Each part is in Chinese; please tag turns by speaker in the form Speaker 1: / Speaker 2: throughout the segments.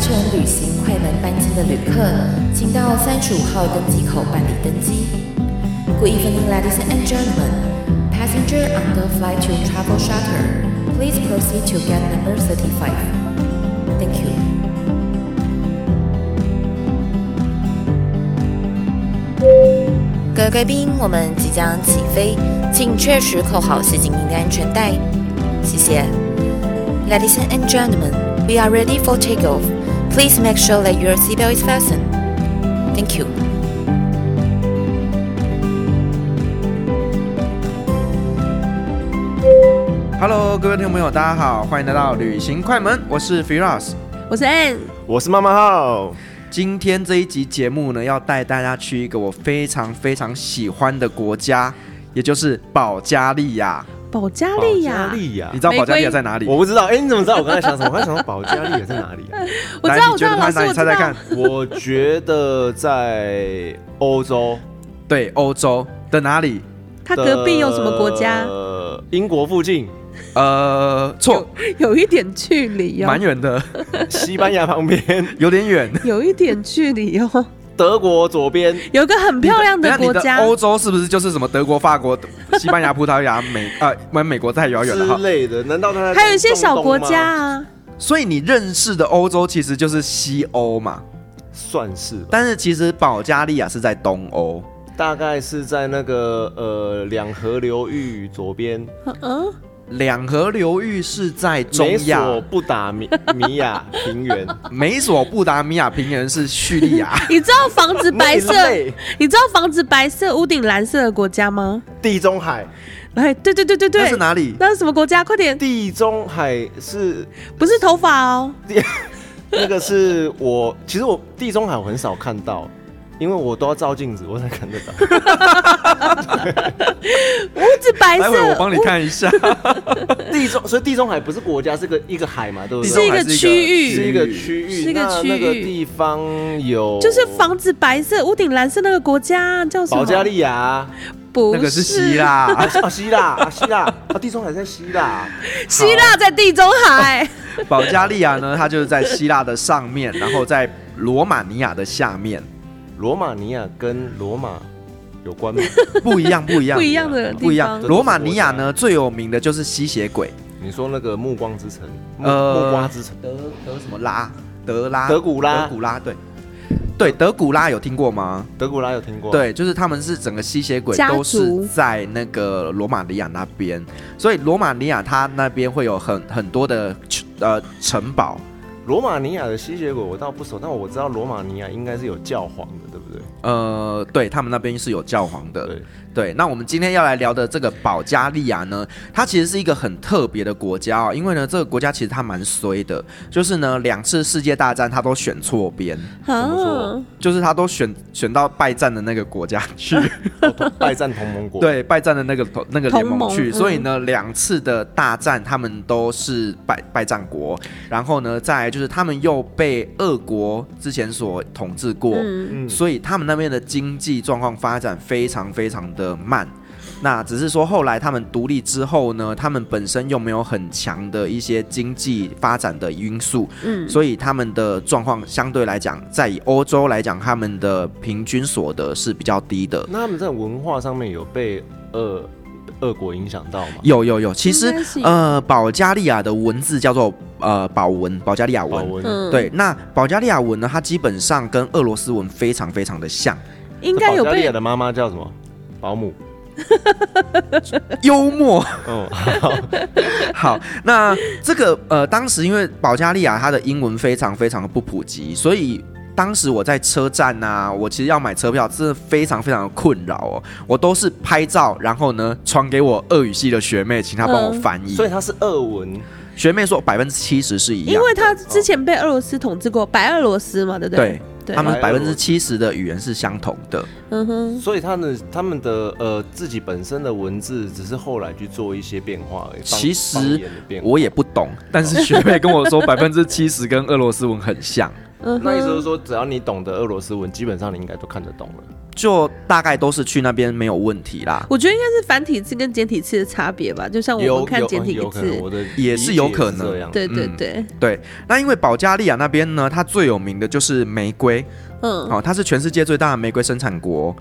Speaker 1: 程旅行快门班机的旅客，请到三十五号登机口办理登机。Good evening, ladies and gentlemen. Passenger on the flight to Travel Charter, please proceed to gate number thirty-five. Thank you. 各位贵宾，我们即将起飞，请确实扣好系紧您的安全带，谢谢。Ladies and gentlemen, we are ready for takeoff. Please make sure that your seatbelt is fastened. Thank you.
Speaker 2: 哈喽，各位听众朋友，大家好，欢迎来到旅行快门，我是 Firas。
Speaker 3: 我是 Ann，
Speaker 4: 我是妈妈号，
Speaker 2: 今天这一集节目呢，要带大家去一个我非常非常喜欢的国家，也就是保加利亚。
Speaker 3: 保加利亚，
Speaker 4: 利亚
Speaker 2: 你知道保加利亚
Speaker 3: 玫瑰
Speaker 2: 在哪里？
Speaker 4: 我不知道，哎、你怎么知道我刚才想什么？我刚才想到保加利亚在哪里啊？
Speaker 3: 我知
Speaker 2: 来
Speaker 3: 道，
Speaker 2: 你
Speaker 3: 我知
Speaker 2: 觉
Speaker 3: 道，
Speaker 2: 得它
Speaker 3: 老
Speaker 2: 在哪
Speaker 3: 师，我
Speaker 2: 里？猜
Speaker 3: 知
Speaker 2: 猜
Speaker 3: 道
Speaker 2: 看，。
Speaker 4: 我觉得在欧洲
Speaker 2: 对，欧洲的哪里？
Speaker 3: 他隔壁有什么国家？
Speaker 4: 呃，英国附近，
Speaker 2: 呃，错，
Speaker 3: 有一点距离
Speaker 2: 蛮
Speaker 3: 哦，
Speaker 2: 远的，
Speaker 4: 西班牙旁边，
Speaker 2: 有点远。
Speaker 3: 有一点距离哦，
Speaker 4: 德国左边，
Speaker 3: 有一个很漂亮
Speaker 2: 等
Speaker 3: 的
Speaker 2: 一下你
Speaker 3: 国
Speaker 2: 的
Speaker 3: 家。
Speaker 2: 欧洲是不是就是什么德国、法国、西班牙、葡萄牙、美啊，我、们美国太遥远了
Speaker 4: 之
Speaker 2: 哈。
Speaker 4: 类的，难道他在
Speaker 3: 还有一些小国
Speaker 4: 中东
Speaker 3: 家
Speaker 4: 吗，
Speaker 3: 啊，
Speaker 2: 所以你认识的欧洲其实就是西欧嘛，
Speaker 4: 算是吧，
Speaker 2: 但是其实保加利亚是在东欧。
Speaker 4: 大概是在那个呃两河流域左边，
Speaker 3: 嗯嗯，
Speaker 2: 两河流域是在中
Speaker 4: 美
Speaker 2: 亚，
Speaker 4: 索不达米米亚平原，
Speaker 2: 美索不达米亚平原是叙利亚，
Speaker 3: 你知道房子白色，
Speaker 4: 那一类
Speaker 3: 你知道房子白色、屋顶蓝色的国家吗？
Speaker 4: 地中海，
Speaker 3: 哎，对对 对对
Speaker 2: 那
Speaker 3: 对
Speaker 2: 是，哪里？
Speaker 3: 那是什么国家？快点，
Speaker 4: 地中海是
Speaker 3: 不是头发哦，
Speaker 4: 那个是我，其实我地中海我很少看到，因为我都要照镜子我才 看得到。
Speaker 3: 屋子白
Speaker 2: 待会我
Speaker 3: 色，
Speaker 2: 帮你看一 下。
Speaker 4: 地中，所以地中海不是国家，是个一个海嘛，对不
Speaker 2: 地
Speaker 4: 对？
Speaker 2: 中海
Speaker 3: 是一个区域
Speaker 4: 是一个区域，
Speaker 3: 是一个
Speaker 4: 那
Speaker 3: 区域
Speaker 4: 那个地方有
Speaker 3: 就是房子白色、屋顶蓝色那个国家啊叫什么？
Speaker 4: 保加利亚啊，
Speaker 3: 不
Speaker 2: 那个是希，腊，
Speaker 4: 啊希啊希腊，啊希腊，啊地中海在希腊，
Speaker 3: 希腊在地中海。
Speaker 2: 保加利亚呢，它就是在希腊的上面，然后在罗马尼亚的下面，
Speaker 4: 罗马尼亚跟罗马有关吗？啊
Speaker 2: 不一样，不一样，
Speaker 3: 不 一样的地方
Speaker 2: 不一样。
Speaker 4: 对
Speaker 2: 罗马尼亚呢，最有名的就是吸血鬼，
Speaker 4: 你说那个暮光之城，暮
Speaker 2: 呃
Speaker 4: 暮光之城，
Speaker 2: 德德什么拉，德拉，
Speaker 4: 德古拉
Speaker 2: 德古拉，对。对，德古拉有听过吗？
Speaker 4: 德古拉有听过？，
Speaker 2: 对，就是他们是整个吸血鬼
Speaker 3: 家
Speaker 2: 都是
Speaker 3: 族
Speaker 2: 在那个罗马尼亚那边，所以罗马尼亚它那边会有很很多的呃城堡，
Speaker 4: 罗马尼亚的吸血鬼我倒不熟，但我知道罗马尼亚应该是有教皇的，对不对？
Speaker 2: 呃，对他们那边是有教皇的。
Speaker 4: 对
Speaker 2: 对那我们今天要来聊的这个保加利亚呢，它其实是一个很特别的国家哦，因为呢，这个国家其实它蛮衰的，就是呢，两次世界大战它都选错边，
Speaker 4: 么说
Speaker 3: 啊
Speaker 2: 就是它都选选到拜占的那个国家去，
Speaker 4: 哦同拜占同盟 国。，
Speaker 2: 对，拜占的那个同那个联
Speaker 3: 同
Speaker 2: 盟
Speaker 3: 盟
Speaker 2: 去，
Speaker 3: 嗯
Speaker 2: 所以呢，两次的大战他们都是拜拜占国，然后呢，再来就是他们又被俄国之前所统治过，
Speaker 3: 嗯，
Speaker 4: 嗯，
Speaker 2: 所以他们那边的经济状况发展非常非常的慢。那只是说后来他们独立之后呢，他们本身又没有很强的一些经济发展的因素，
Speaker 3: 嗯
Speaker 2: 所以他们的状况相对来讲，在以欧洲来讲，他们的平均所得是比较低的。
Speaker 4: 那他们在文化上面有被俄俄国影响到吗？
Speaker 2: 有有有，其实
Speaker 3: 应该是有
Speaker 2: 呃，保加利亚的文字叫做呃保文，保加利亚
Speaker 4: 保
Speaker 2: 文。
Speaker 4: 文，
Speaker 3: 嗯，
Speaker 2: 对，那保加利亚文呢，它基本上跟俄罗斯文非常非常的像，
Speaker 3: 应该有
Speaker 4: 保加利
Speaker 3: 被
Speaker 4: 亚的妈妈叫什么？保姆。
Speaker 2: 幽默。
Speaker 4: 嗯，
Speaker 2: 好，那这个呃，当时因为保加利亚它的英文非常非常的不普及，所以。当时我在车站呐、我其实要买车票，真的非常非常的困扰哦。我都是拍照，然后呢传给我俄语系的学妹，请她帮我
Speaker 3: 嗯
Speaker 2: 翻译。
Speaker 4: 所以它是俄文，
Speaker 2: 学妹说百分之七十是一样的，
Speaker 3: 因为他之前被俄罗斯统治过，白俄罗斯嘛，对不对？对
Speaker 2: 他们百
Speaker 4: 白俄
Speaker 2: 分之
Speaker 4: 罗
Speaker 2: 七十的语言是相同的，
Speaker 3: 嗯哼，
Speaker 4: 所以他们他们的呃自己本身的文字只是后来去做一些变化而已。方
Speaker 2: 其实
Speaker 4: 方言的变化
Speaker 2: 我也不懂。但是学妹跟我说百分之七十跟俄罗斯文很像，
Speaker 3: 嗯
Speaker 4: 那意思就是
Speaker 3: 哼，
Speaker 4: 说，只要你懂得俄罗斯文，基本上你应该都看得懂了。
Speaker 2: 就大概都是去那边没有问题啦。
Speaker 3: 我觉得应该是繁体字跟简体字的差别吧，就像哦我
Speaker 4: 有
Speaker 3: 们看
Speaker 4: 有
Speaker 3: 简体
Speaker 4: 有可能
Speaker 3: 字，
Speaker 4: 我的
Speaker 2: 也是
Speaker 4: 理解
Speaker 2: 有可能
Speaker 4: 这样
Speaker 3: 对对
Speaker 2: 嗯
Speaker 3: 对，
Speaker 2: 对，那因为保加利亚那边呢，它最有名的就是玫瑰，
Speaker 3: 嗯，
Speaker 2: 哦，它是全世界最大的玫瑰生产国。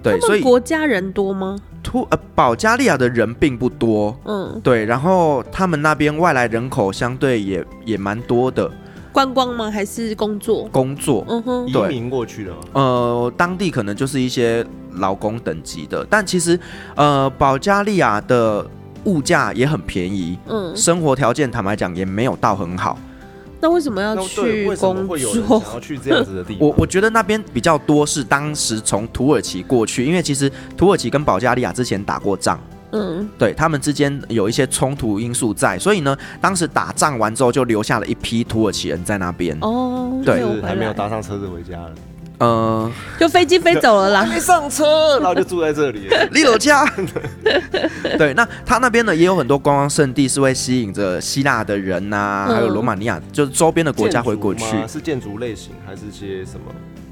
Speaker 2: 对，
Speaker 3: 他
Speaker 2: 所
Speaker 3: 们
Speaker 2: 以
Speaker 3: 国家人多吗？
Speaker 2: 突呃，保加利亚的人并不多，
Speaker 3: 嗯，
Speaker 2: 对，然后他们那边外来人口相对也也蛮多的，
Speaker 3: 观光吗？还是工作？
Speaker 2: 工作，
Speaker 3: 嗯哼，
Speaker 4: 移
Speaker 2: 对
Speaker 4: 民过去的嘛，
Speaker 2: 呃，当地可能就是一些劳工等级的，但其实呃，保加利亚的物价也很便宜，
Speaker 3: 嗯，
Speaker 2: 生活条件坦白讲也没有到很好，
Speaker 3: 那为什么要
Speaker 4: 那对
Speaker 3: 去
Speaker 4: 为什么
Speaker 3: 工
Speaker 4: 会有人想
Speaker 3: 作？
Speaker 4: 要去这样子的地方？
Speaker 2: 我我觉得那边比较多是当时从土耳其过去，因为其实土耳其跟保加利亚之前打过仗，
Speaker 3: 嗯，
Speaker 2: 对他们之间有一些冲突因素在，所以呢，当时打仗完之后就留下了一批土耳其人在那边。
Speaker 3: 哦，
Speaker 2: 对
Speaker 3: 没有
Speaker 4: 就是
Speaker 3: 回
Speaker 4: 还没有
Speaker 3: 来
Speaker 4: 搭上车子回家了，
Speaker 2: 呃，
Speaker 3: 就飞机飞走了
Speaker 4: 还
Speaker 3: 啦。
Speaker 4: 没上车，然后就住在这里了。
Speaker 2: 利罗加，对，那他那边呢也有很多观光胜地，是会吸引着希腊的人呐、
Speaker 3: 嗯
Speaker 2: 还有罗马尼亚，就是周边的国家
Speaker 4: 建筑
Speaker 2: 会过去
Speaker 4: 吗是建筑类型还是些什么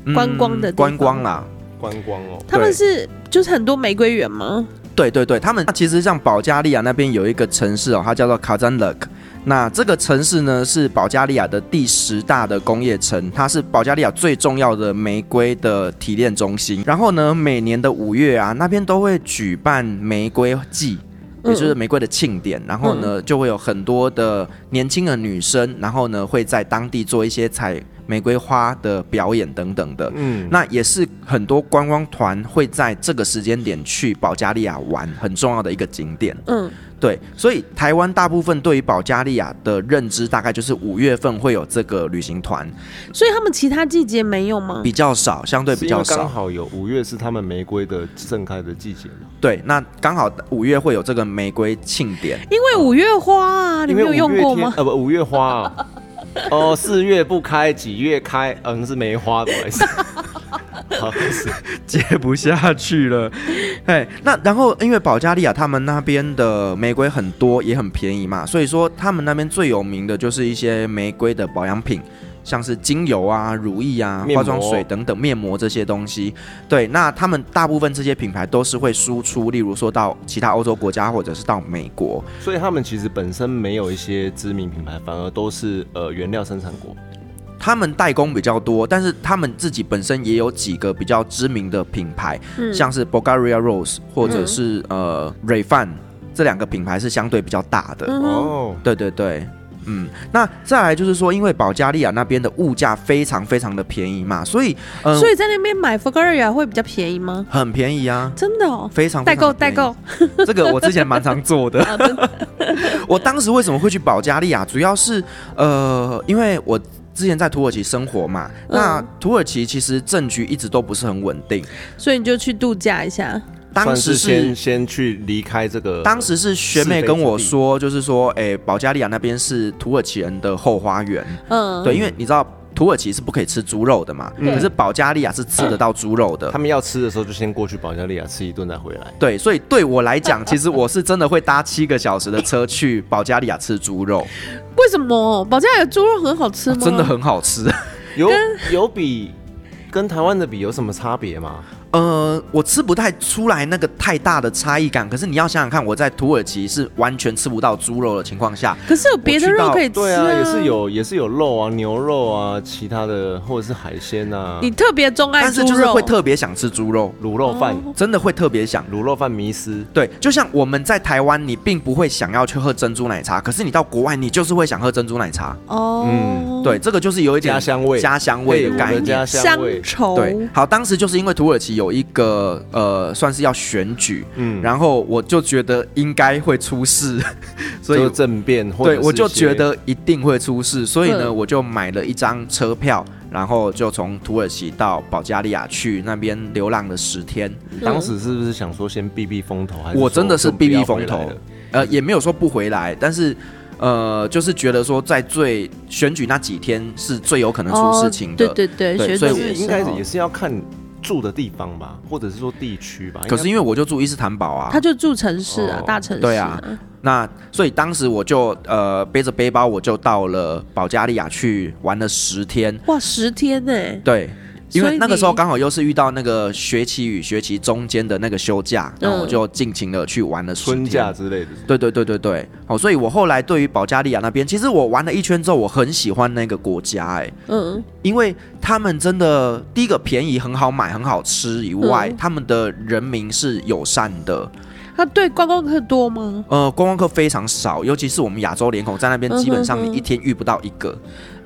Speaker 2: 嗯
Speaker 3: 观光的地
Speaker 2: 观
Speaker 3: 方
Speaker 2: 光啊啦。
Speaker 4: 观光哦？
Speaker 3: 他们是就是很多玫瑰园吗？
Speaker 2: 对对对，他们其实像保加利亚那边有一个城市哦，它叫做卡赞勒克。那这个城市呢是保加利亚的第十大的工业城，它是保加利亚最重要的玫瑰的提炼中心。然后呢，每年的五月啊，那边都会举办玫瑰季。也就是玫瑰的庆典，然后呢，就会有很多的年轻的女生，然后呢，会在当地做一些采玫瑰花的表演等等的。
Speaker 4: 嗯，
Speaker 2: 那也是很多观光团会在这个时间点去保加利亚玩，很重要的一个景点。
Speaker 3: 嗯，
Speaker 2: 对，所以台湾大部分对于保加利亚的认知，大概就是五月份会有这个旅行团，
Speaker 3: 所以他们其他季节没有吗？
Speaker 2: 比较少，相对比较
Speaker 4: 是因为刚
Speaker 2: 少。
Speaker 4: 好有五月是他们玫瑰的盛开的季节嘛，
Speaker 2: 对，那刚好五月会有这个玫瑰庆典。
Speaker 3: 因为五月花啊，你
Speaker 4: 因
Speaker 3: 没
Speaker 4: 为
Speaker 3: 有用过
Speaker 4: 五月天
Speaker 2: 哦
Speaker 3: 吗？
Speaker 4: 呃，不，五月花 啊。哦，四月不开，几月开？嗯、那是梅花，不 好意思。好，
Speaker 2: 接不下去了。哎，那然后因为保加利亚他们那边的玫瑰很多，也很便宜嘛，所以说他们那边最有名的就是一些玫瑰的保养品。像是精油啊、乳液啊、
Speaker 4: 面膜
Speaker 2: 化妆水等等、面膜这些东西，对，那他们大部分这些品牌都是会输出，例如说到其他欧洲国家或者是到美国，
Speaker 4: 所以他们其实本身没有一些知名品牌，反而都是呃原料生产国。
Speaker 2: 他们代工比较多，但是他们自己本身也有几个比较知名的品牌，
Speaker 3: 嗯
Speaker 2: 像是 Bulgaria Rose 或者
Speaker 3: 嗯
Speaker 2: 是、呃 r 范这两个品牌是相对比较大的。
Speaker 3: 嗯哼
Speaker 4: 哦，
Speaker 2: 对对对，嗯，那再来就是说，因为保加利亚那边的物价非常非常的便宜嘛，所以嗯、呃
Speaker 3: 所以在那边买 f u g a r i a 会比较便宜吗？
Speaker 2: 很便宜啊。
Speaker 3: 真的哦，
Speaker 2: 非常
Speaker 3: 代
Speaker 2: 非常
Speaker 3: 购
Speaker 2: 的
Speaker 3: 代
Speaker 2: 便宜
Speaker 3: 购， 哦
Speaker 2: 这个我之前蛮常做 的。 我当时为什么会去保加利亚，主要是呃，因为我之前在土耳其生活嘛，那
Speaker 3: 嗯
Speaker 2: 土耳其其实政局一直都不是很稳定，
Speaker 3: 所以你就去度假一下。
Speaker 2: 当
Speaker 4: 算
Speaker 2: 时
Speaker 4: 是
Speaker 2: 是
Speaker 4: 先呃先去离开这个，
Speaker 2: 当时是学妹跟我说，就是说，哎、保加利亚那边是土耳其人的后花园，
Speaker 3: 嗯，
Speaker 2: 对，因为你知道土耳其是不可以吃猪肉的嘛，
Speaker 4: 嗯
Speaker 2: 可是保加利亚是吃得到猪肉的。
Speaker 4: 他们要吃的时候就先过去保加利亚吃一顿再回来。
Speaker 2: 对，所以对我来讲，其实我是真的会搭七个小时的车去保加利亚吃猪 肉，
Speaker 3: 为什么保加利亚猪肉很好吃吗？
Speaker 2: 哦真的很好吃。
Speaker 4: 有有比跟台湾的比有什么差别吗？
Speaker 2: 呃，我吃不太出来那个太大的差异感，可是你要想想看，我在土耳其是完全吃不到猪肉的情况下，
Speaker 3: 可是有别的
Speaker 2: 我知
Speaker 3: 肉
Speaker 2: 道
Speaker 3: 可以吃
Speaker 4: 对啊，也是。有也是有肉啊，牛肉啊，其他的或者是海鲜啊
Speaker 3: 你，特别钟爱
Speaker 2: 但
Speaker 3: 猪
Speaker 2: 是
Speaker 3: 肉，
Speaker 2: 就是会特别想吃猪肉，
Speaker 4: 卤肉饭、
Speaker 2: 真的会特别想。
Speaker 4: 卤肉饭迷失。
Speaker 2: 对，就像我们在台湾，你并不会想要去喝珍珠奶茶，可是你到国外，你就是会想喝珍珠奶茶。
Speaker 3: 哦，
Speaker 4: 嗯
Speaker 2: 对，，这个就是有一点
Speaker 4: 家乡味
Speaker 2: 家乡味
Speaker 4: 嘿
Speaker 2: 的概
Speaker 4: 我的
Speaker 2: 念
Speaker 4: 家。
Speaker 3: 乡
Speaker 4: 乡味。
Speaker 3: 愁。
Speaker 2: 对，好，当时就是因为土耳其有一个呃，算是要选举，
Speaker 4: 嗯
Speaker 2: 然后我就觉得应该会出事，所
Speaker 4: 就
Speaker 2: 以
Speaker 4: 政变，或者
Speaker 2: 对
Speaker 4: 是
Speaker 2: 我就
Speaker 4: 一些
Speaker 2: 觉得一定会出事，所以呢，
Speaker 3: 嗯
Speaker 2: 我就买了一张车票，然后就从土耳其到保加利亚去那边流浪了十天。
Speaker 4: 当时是不是想说先避避风头？还是
Speaker 2: 我
Speaker 4: 说
Speaker 2: 真的是
Speaker 4: 就不要
Speaker 2: 避避风
Speaker 4: 回来
Speaker 2: 头
Speaker 4: 了
Speaker 2: 呃，也没有说不回来，但是呃，就是觉得说在最选举那几天是最有可能出事情的。
Speaker 3: 哦、对对
Speaker 2: 对所以
Speaker 3: 对，学
Speaker 4: 但
Speaker 3: 者
Speaker 2: 我哦
Speaker 4: 是应该也是要看住的地方吧，或者是说地区吧。
Speaker 2: 可是
Speaker 4: 应
Speaker 2: 因为我就住伊斯坦堡啊，
Speaker 3: 他就住城市啊，
Speaker 4: 哦
Speaker 3: 大城市、
Speaker 2: 对啊，那所以当时我就呃背着背包，我就到了保加利亚去玩了十天。
Speaker 3: 哇，十天呢、欸
Speaker 2: 对，因
Speaker 3: 所
Speaker 2: 为
Speaker 3: 以
Speaker 2: 那个时候
Speaker 3: 你
Speaker 2: 刚好又是遇到那个学期与学期中间的那个休
Speaker 3: 嗯
Speaker 2: 假，然后我就尽情的去玩了十
Speaker 4: 春
Speaker 2: 天
Speaker 4: 假之类的，
Speaker 2: 对对对对对，好，所以我后来对于保加利亚那边，其实我玩了一圈之后，我很喜欢那个国家、哎，
Speaker 3: 嗯，
Speaker 2: 因为他们真的第一个便宜，很好买，很好吃以外，
Speaker 3: 嗯
Speaker 2: 他们的人民是友善的，
Speaker 3: 他啊对观光客多吗？
Speaker 2: 呃，观光客非常少，尤其是我们亚洲脸孔在那边，
Speaker 3: 嗯哼
Speaker 2: 基本上
Speaker 3: 哼
Speaker 2: 你一天遇不到一个，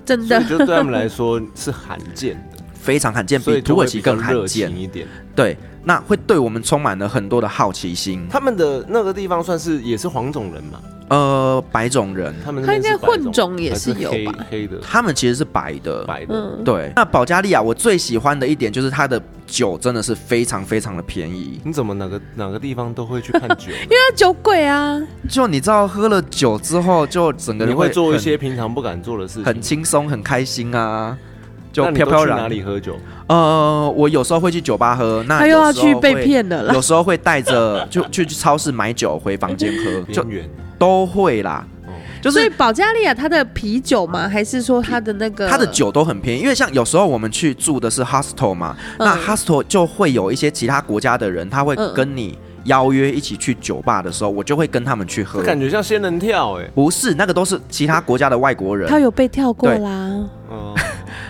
Speaker 3: 真
Speaker 4: 所
Speaker 3: 的
Speaker 4: 以，就对他们来说是罕见的，
Speaker 2: 非常罕见，
Speaker 4: 所
Speaker 2: 比
Speaker 4: 以
Speaker 2: 土
Speaker 4: 就
Speaker 2: 耳
Speaker 4: 会
Speaker 2: 其
Speaker 4: 比
Speaker 2: 更
Speaker 4: 较
Speaker 2: 罕
Speaker 4: 热
Speaker 2: 见
Speaker 4: 情。一点。
Speaker 2: 对，那会对我们充满了很多的好奇心。
Speaker 4: 他们的那个地方算是也是黄种人嘛，
Speaker 2: 呃，白种人，
Speaker 4: 他们那
Speaker 3: 他应
Speaker 4: 边
Speaker 3: 该
Speaker 4: 是白
Speaker 3: 混种也
Speaker 4: 还
Speaker 3: 是
Speaker 4: 是
Speaker 3: 有
Speaker 4: 黑
Speaker 3: 吧？
Speaker 4: 黑的
Speaker 2: 他们其实是白的。
Speaker 4: 白的，
Speaker 3: 嗯，
Speaker 2: 对，那保加利亚我最喜欢的一点就是它的酒真的是非常非常的便宜。
Speaker 4: 你怎么哪个哪个地方都会去看酒呢？
Speaker 3: 那酒鬼啊，
Speaker 2: 就你知道，喝了酒之后，就整个
Speaker 4: 你
Speaker 2: 人
Speaker 4: 会做一
Speaker 2: 很
Speaker 4: 些平常不敢做的事情，
Speaker 2: 很轻松、很开心啊，就
Speaker 4: 那你
Speaker 2: 飘
Speaker 4: 都
Speaker 2: 飘
Speaker 4: 去
Speaker 2: 然。
Speaker 4: 哪里哎喝酒？
Speaker 2: 呃，我有时候会去酒吧喝，那
Speaker 3: 他又
Speaker 2: 有
Speaker 3: 要
Speaker 2: 时候
Speaker 3: 去被
Speaker 2: 会。
Speaker 3: 骗了啦
Speaker 2: 有。时候会带着 就去去超市买酒回房间喝，就
Speaker 4: 边缘
Speaker 2: 都会啦。
Speaker 4: 嗯哦
Speaker 2: 就
Speaker 3: 所以呃
Speaker 2: 是啊
Speaker 3: 保加利亚它的啤酒吗？还是说它的那个
Speaker 2: 它的酒都很便宜，因为像有时候我们去住的是 hostel 嘛，那
Speaker 3: 嗯
Speaker 2: hostel 就会有一些其他国家的人，他会
Speaker 3: 嗯
Speaker 2: 跟你邀约一起去酒吧的时候，我就会跟他们去喝
Speaker 4: 这。感觉像仙人跳哎，
Speaker 2: 不是，那个都是其他国家的外国人
Speaker 3: 他。有被跳过
Speaker 2: 对
Speaker 3: 啦？
Speaker 4: 哦，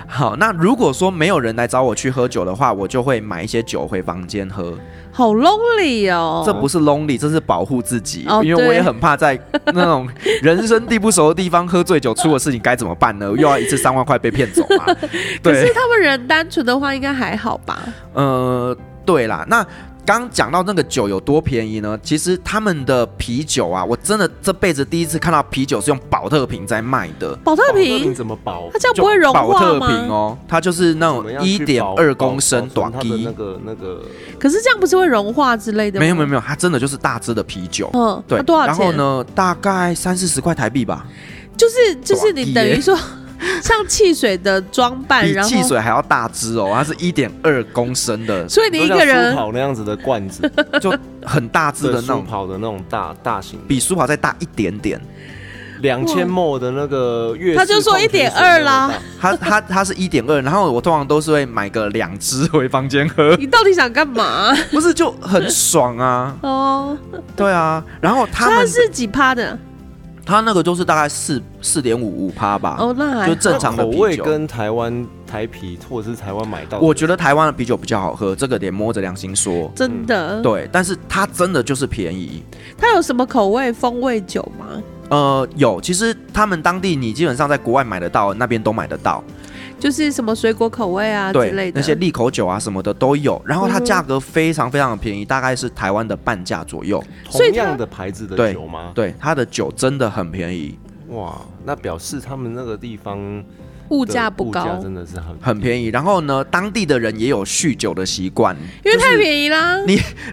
Speaker 2: 好，那如果说没有人来找我去喝酒的话，我就会买一些酒回房间喝。
Speaker 3: 好 lonely 哦，
Speaker 2: 这不是 lonely，这是保护自己，
Speaker 3: 哦
Speaker 2: 因为我
Speaker 3: 对
Speaker 2: 也很怕在那种人生地不熟的地方喝醉酒出了事情该怎么办呢？又要一次三万块被骗走 嘛？
Speaker 3: 可是
Speaker 2: 对，
Speaker 3: 他们人单纯的话，应该还好吧？
Speaker 2: 呃，对啦，那。刚讲到那个酒有多便宜呢？其实他们的啤酒啊，我真的这辈子第一次看到啤酒是用保特瓶在卖的，
Speaker 3: 保特
Speaker 4: 保特
Speaker 3: 瓶，
Speaker 4: 怎么保
Speaker 3: 它？这样不会融
Speaker 2: 保
Speaker 3: 化
Speaker 2: 特瓶
Speaker 3: 吗？
Speaker 2: 哦，它就是那
Speaker 4: 怎
Speaker 2: 种
Speaker 4: 么样
Speaker 2: 一
Speaker 4: 去
Speaker 2: 点
Speaker 4: 保
Speaker 2: 二
Speaker 4: 保
Speaker 2: 公升
Speaker 4: 保
Speaker 2: 短
Speaker 4: 存它的
Speaker 2: 滴
Speaker 4: 那，个那个
Speaker 3: 可是这样不是会融化之类的吗？
Speaker 2: 没有没有没有，它真的就是大支的啤酒。
Speaker 3: 嗯，
Speaker 2: 对
Speaker 3: 它，多少
Speaker 2: 然后
Speaker 3: 钱？
Speaker 2: 呢，大概三四十块台币吧，
Speaker 3: 就是就是你
Speaker 2: 短
Speaker 3: 等
Speaker 2: 滴耶
Speaker 3: 于说 像汽水的装扮，
Speaker 2: 比
Speaker 3: 然后，
Speaker 2: 汽水还要大支哦，它是一点二公升的
Speaker 3: 所以你一
Speaker 4: 都像
Speaker 3: 个人
Speaker 4: 苏跑那样子的罐子，
Speaker 2: 就很大支的
Speaker 4: 对
Speaker 2: 那
Speaker 4: 苏
Speaker 2: 种，
Speaker 4: 跑的那种大大型的，
Speaker 2: 比苏跑再大一点点。
Speaker 4: 两千沫的那个月，
Speaker 3: 他就说1.2啦，，
Speaker 2: 它它它是一点二，然后我通常都是会买个两支回房间喝
Speaker 3: 你到底想干嘛？
Speaker 2: 不是就很爽啊？
Speaker 3: 哦，
Speaker 2: 对啊，然后他
Speaker 3: 它
Speaker 2: 们
Speaker 3: 是几趴的？
Speaker 2: 它那个都是大概四四点五五趴吧，
Speaker 3: 哦，那还
Speaker 2: 就正常的
Speaker 4: 口
Speaker 2: 啤
Speaker 4: 味
Speaker 2: 酒。
Speaker 4: 跟台湾台啤或者是台湾买到的，
Speaker 2: 我觉得台湾的啤酒比较好喝，这个得摸着良心说。
Speaker 3: 真的。
Speaker 2: 嗯对，但是它真的就是便宜。
Speaker 3: 它有什么口味？风味酒吗？
Speaker 2: 呃，有，其实他们当地你基本上在国外买得到，那边都买得到，
Speaker 3: 就是什么水果口味啊之类
Speaker 2: 对，
Speaker 3: 的。
Speaker 2: 那些利口酒啊什么的都有。然后它
Speaker 3: 嗯哼
Speaker 2: 价格非常非常的便宜，大概是台湾的半价左右。
Speaker 3: 所以
Speaker 4: 同
Speaker 3: 它
Speaker 4: 样的牌子的
Speaker 2: 对
Speaker 4: 酒吗？
Speaker 3: 哦
Speaker 2: 对，它的酒真的很便宜，
Speaker 4: 哇，那表示他们那个地方
Speaker 3: 物
Speaker 4: 物
Speaker 3: 价不
Speaker 4: 物价
Speaker 3: 高，
Speaker 4: 真的是很
Speaker 2: 很便宜。然后呢，当地的人也有酗酒的习惯，
Speaker 3: 因为太
Speaker 2: 就是
Speaker 3: 便宜啦。